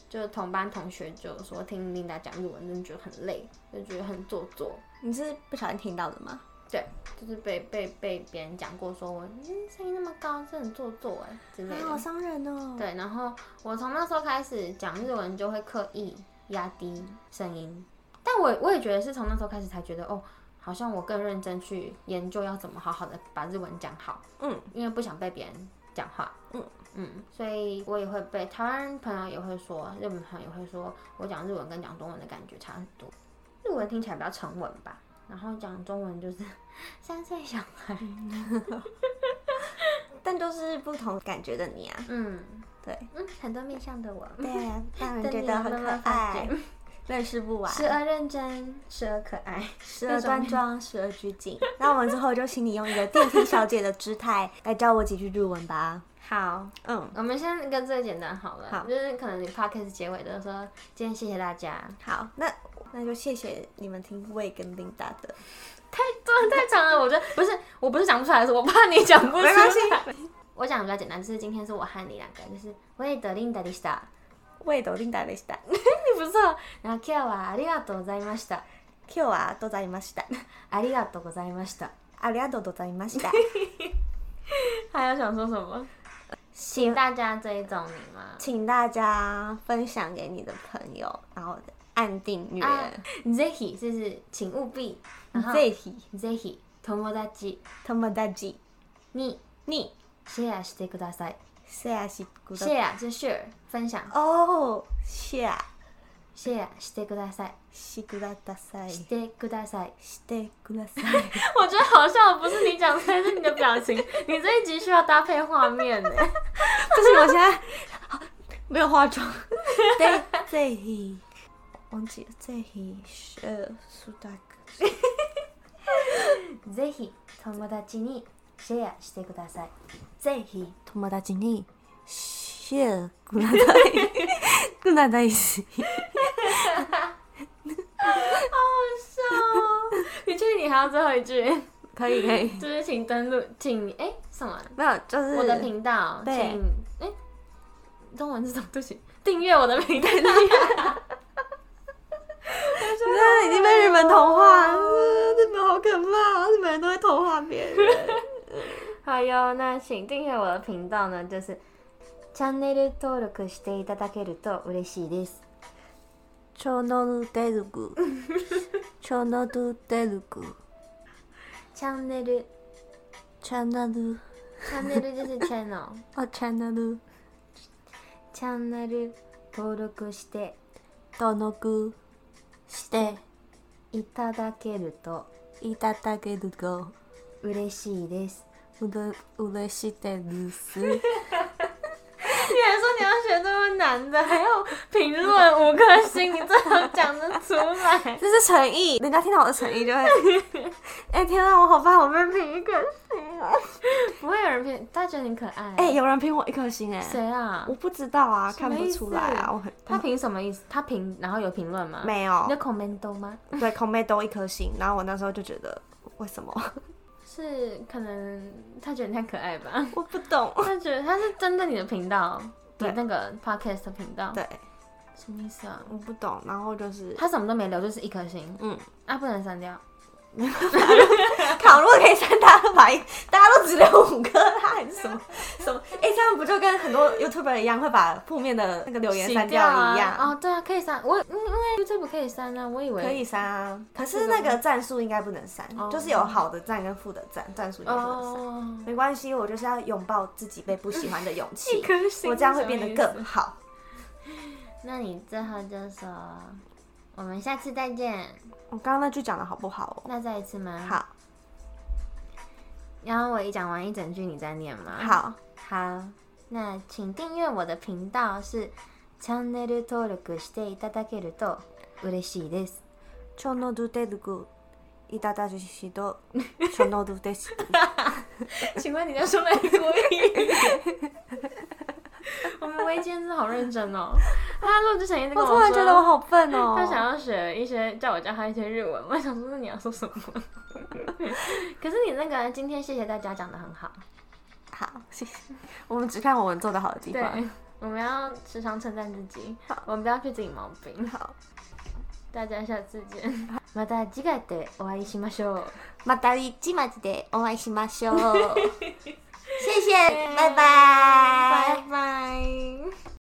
[SPEAKER 2] 就是同班同学就说听琳达讲日文，真的觉得很累，就觉得很做作。
[SPEAKER 1] 你是不小心听到的吗？
[SPEAKER 2] 就是被被被别人讲过说我嗯声音那么高，这很做作哎之类
[SPEAKER 1] 好
[SPEAKER 2] 的。
[SPEAKER 1] 伤人哦。
[SPEAKER 2] 对，然后我从那时候开始讲日文就会刻意压低声音，但我我也觉得是从那时候开始才觉得哦，好像我更认真去研究要怎么好好的把日文讲好，
[SPEAKER 1] 嗯，
[SPEAKER 2] 因为不想被别人讲话。
[SPEAKER 1] 嗯
[SPEAKER 2] 嗯，所以我也会被台湾朋友也会说，日本朋友也会说我讲日文跟讲中文的感觉差很多，日文听起来比较沉稳吧，然后讲中文就是 *laughs* 三岁小孩。
[SPEAKER 1] 但都是不同感觉的你啊。
[SPEAKER 2] 嗯，
[SPEAKER 1] 对，
[SPEAKER 2] 嗯，很多面向的我，
[SPEAKER 1] 对
[SPEAKER 2] *laughs*
[SPEAKER 1] 啊，让人
[SPEAKER 2] 但
[SPEAKER 1] 觉
[SPEAKER 2] 你
[SPEAKER 1] 得
[SPEAKER 2] 有
[SPEAKER 1] 很
[SPEAKER 2] 慢
[SPEAKER 1] 可
[SPEAKER 2] 慢发
[SPEAKER 1] 爱
[SPEAKER 2] 觉，
[SPEAKER 1] 认识不完。
[SPEAKER 2] 时而认真，时而可爱，
[SPEAKER 1] 时而端庄，时而拘谨。那我们之后就请你用一个电梯小姐的姿态来教我几句日文吧。
[SPEAKER 2] 好。
[SPEAKER 1] 嗯，
[SPEAKER 2] 我们先跟最简单好了，
[SPEAKER 1] 好
[SPEAKER 2] 就是可能你 podcast 结尾的时候，今天谢谢大家，
[SPEAKER 1] 好，那那就谢谢你们听魏跟琳达的。
[SPEAKER 2] 真的太长了，我觉得不是，我不是讲不出来的时候，我怕你讲不出来。
[SPEAKER 1] 没关系
[SPEAKER 2] *laughs* 我讲得比较简单，就是今天是我和你两个，就是我也得令达でした。
[SPEAKER 1] 喂，斗琳达でした。
[SPEAKER 2] 你不错。然后今日啊はありがとうございました。
[SPEAKER 1] *laughs* 今日はどうございました。 *laughs*
[SPEAKER 2] ありがとうございました。
[SPEAKER 1] ありがとうございました。
[SPEAKER 2] 还有想说什么？ *laughs* 请大家追踪你吗？
[SPEAKER 1] 请大家分享给你的朋友，然后按订阅。
[SPEAKER 2] 啊嗯ぜひ就是请务必，然后
[SPEAKER 1] ぜひ
[SPEAKER 2] ぜひ友達
[SPEAKER 1] 友達
[SPEAKER 2] に
[SPEAKER 1] に
[SPEAKER 2] シェアしてください。
[SPEAKER 1] シェアしてくだ
[SPEAKER 2] シ
[SPEAKER 1] さい。
[SPEAKER 2] ェア是 share 分享，
[SPEAKER 1] 哦，シェア
[SPEAKER 2] シェアしてください。
[SPEAKER 1] してください。
[SPEAKER 2] してください。
[SPEAKER 1] してください。
[SPEAKER 2] 我觉得好笑，不是你讲出来，是你的表 *laughs* 情。你这一集需要搭配画面呢。
[SPEAKER 1] 不行，我现在没有化妆。对，这里忘记了这里是呃苏大哥。
[SPEAKER 2] *laughs* ぜひ友達にシェアしてください。ぜひ
[SPEAKER 1] 友達にシェアください。ください。
[SPEAKER 2] 好笑哦。你确定你还要最后一 *laughs* 句？
[SPEAKER 1] 可以可以，
[SPEAKER 2] 就是请登录，请哎、什么？
[SPEAKER 1] 没有就是
[SPEAKER 2] 我的频道，请
[SPEAKER 1] 对
[SPEAKER 2] 哎、中文是什么？对不起，订阅我的频道。
[SPEAKER 1] 那已经被日本同化了，日本好可怕，日本人都会同化别人。
[SPEAKER 2] 好哟，那请订阅我的频道呢，就是チャンネル登録していただけると嬉しいです。
[SPEAKER 1] 超能デルグ，超能デルグ，
[SPEAKER 2] チャンネル、
[SPEAKER 1] 超能ル
[SPEAKER 2] チャンネル就是 channel，
[SPEAKER 1] 哦，超能ル
[SPEAKER 2] チャンネル登録して
[SPEAKER 1] 登録して
[SPEAKER 2] いただけると
[SPEAKER 1] いただけると
[SPEAKER 2] 嬉しいです。
[SPEAKER 1] うるうれしてるす。
[SPEAKER 2] 居然说你要学这么难的，还要评论五颗星，你最好讲得出来。
[SPEAKER 1] *laughs*
[SPEAKER 2] *laughs*
[SPEAKER 1] 这是诚意，人家听到我的诚意就会。 *laughs* 哎、天啊，我好怕我被评一颗星啊！
[SPEAKER 2] 不会有人评，大家觉得你可
[SPEAKER 1] *laughs*
[SPEAKER 2] 爱。
[SPEAKER 1] 哎、有人评我一颗星哎、
[SPEAKER 2] 谁啊
[SPEAKER 1] 我？不知道啊，
[SPEAKER 2] 什
[SPEAKER 1] 看
[SPEAKER 2] 么
[SPEAKER 1] 不
[SPEAKER 2] 意
[SPEAKER 1] 出来啊，
[SPEAKER 2] 思
[SPEAKER 1] 我很
[SPEAKER 2] 他评什么意思？他评然后有评论吗？
[SPEAKER 1] 没
[SPEAKER 2] 你
[SPEAKER 1] 有
[SPEAKER 2] 的 comment 吗？
[SPEAKER 1] 对 c o m m 都一颗星，然后我那时候就觉得为什么 *laughs*
[SPEAKER 2] 是可能他觉得你太可爱吧？
[SPEAKER 1] 我不懂，
[SPEAKER 2] 他觉得他是针对你的频道，你
[SPEAKER 1] 对
[SPEAKER 2] 那个 podcast 的频道，
[SPEAKER 1] *laughs* 对，
[SPEAKER 2] 什么意思啊？
[SPEAKER 1] 我不懂，然后就是
[SPEAKER 2] 他什么都没留，就是一颗星，
[SPEAKER 1] 嗯，
[SPEAKER 2] 啊，不能删掉。
[SPEAKER 1] *laughs* 考如果可以删大家白，大家都只留五颗，他还是什
[SPEAKER 2] *laughs*
[SPEAKER 1] 么什么？哎、这样不就跟很多 YouTuber 一样会把负面的那个留言
[SPEAKER 2] 洗
[SPEAKER 1] 哦删
[SPEAKER 2] 掉啊
[SPEAKER 1] 一样？
[SPEAKER 2] 哦，对啊，可以删。我嗯因为 YouTube 可以删啊，我以为
[SPEAKER 1] 可以删啊，可是那个赞数应该不能删，
[SPEAKER 2] 哦
[SPEAKER 1] 就是有好的赞跟负的赞，赞数应该不能删。
[SPEAKER 2] 哦，
[SPEAKER 1] 没关系，我就是要拥抱自己被不喜欢的勇
[SPEAKER 2] *laughs*
[SPEAKER 1] 气，
[SPEAKER 2] 颗星
[SPEAKER 1] 我这样会变得更。好。
[SPEAKER 2] 那你最后就说，我们下次再见。
[SPEAKER 1] 我刚刚那句讲的好不好哦？
[SPEAKER 2] 那再一次吗？
[SPEAKER 1] 好。
[SPEAKER 2] 然后我一讲完一整句，你再念吗？。
[SPEAKER 1] 好，
[SPEAKER 2] 好，那请订阅我的频道是チャンネル登録していただけると嬉しいです。
[SPEAKER 1] 超诺度得古，一大大学习都，超诺度得
[SPEAKER 2] *laughs*
[SPEAKER 1] 西。
[SPEAKER 2] 请问你在说哪国语？ *laughs* 我们维坚真的好认真哦。他录之前一直跟
[SPEAKER 1] 我
[SPEAKER 2] 我
[SPEAKER 1] 突
[SPEAKER 2] 说，
[SPEAKER 1] 然觉得我好笨哦。
[SPEAKER 2] 他想要学一些，叫我教他一些日文。我想说，那你要说什么？ *laughs* 可是你那个今天谢谢大家讲的很好。
[SPEAKER 1] 好，谢谢。我们只看我们做的好的地
[SPEAKER 2] 对
[SPEAKER 1] 方。，
[SPEAKER 2] 我们要时常称赞自己
[SPEAKER 1] 好，
[SPEAKER 2] 我们不要去自己毛病。
[SPEAKER 1] 好，
[SPEAKER 2] 大家下次见。また次回でお会いしましょう。
[SPEAKER 3] また一町でお会いしまし
[SPEAKER 1] *laughs*
[SPEAKER 3] ょう。谢谢，拜拜，
[SPEAKER 2] 拜。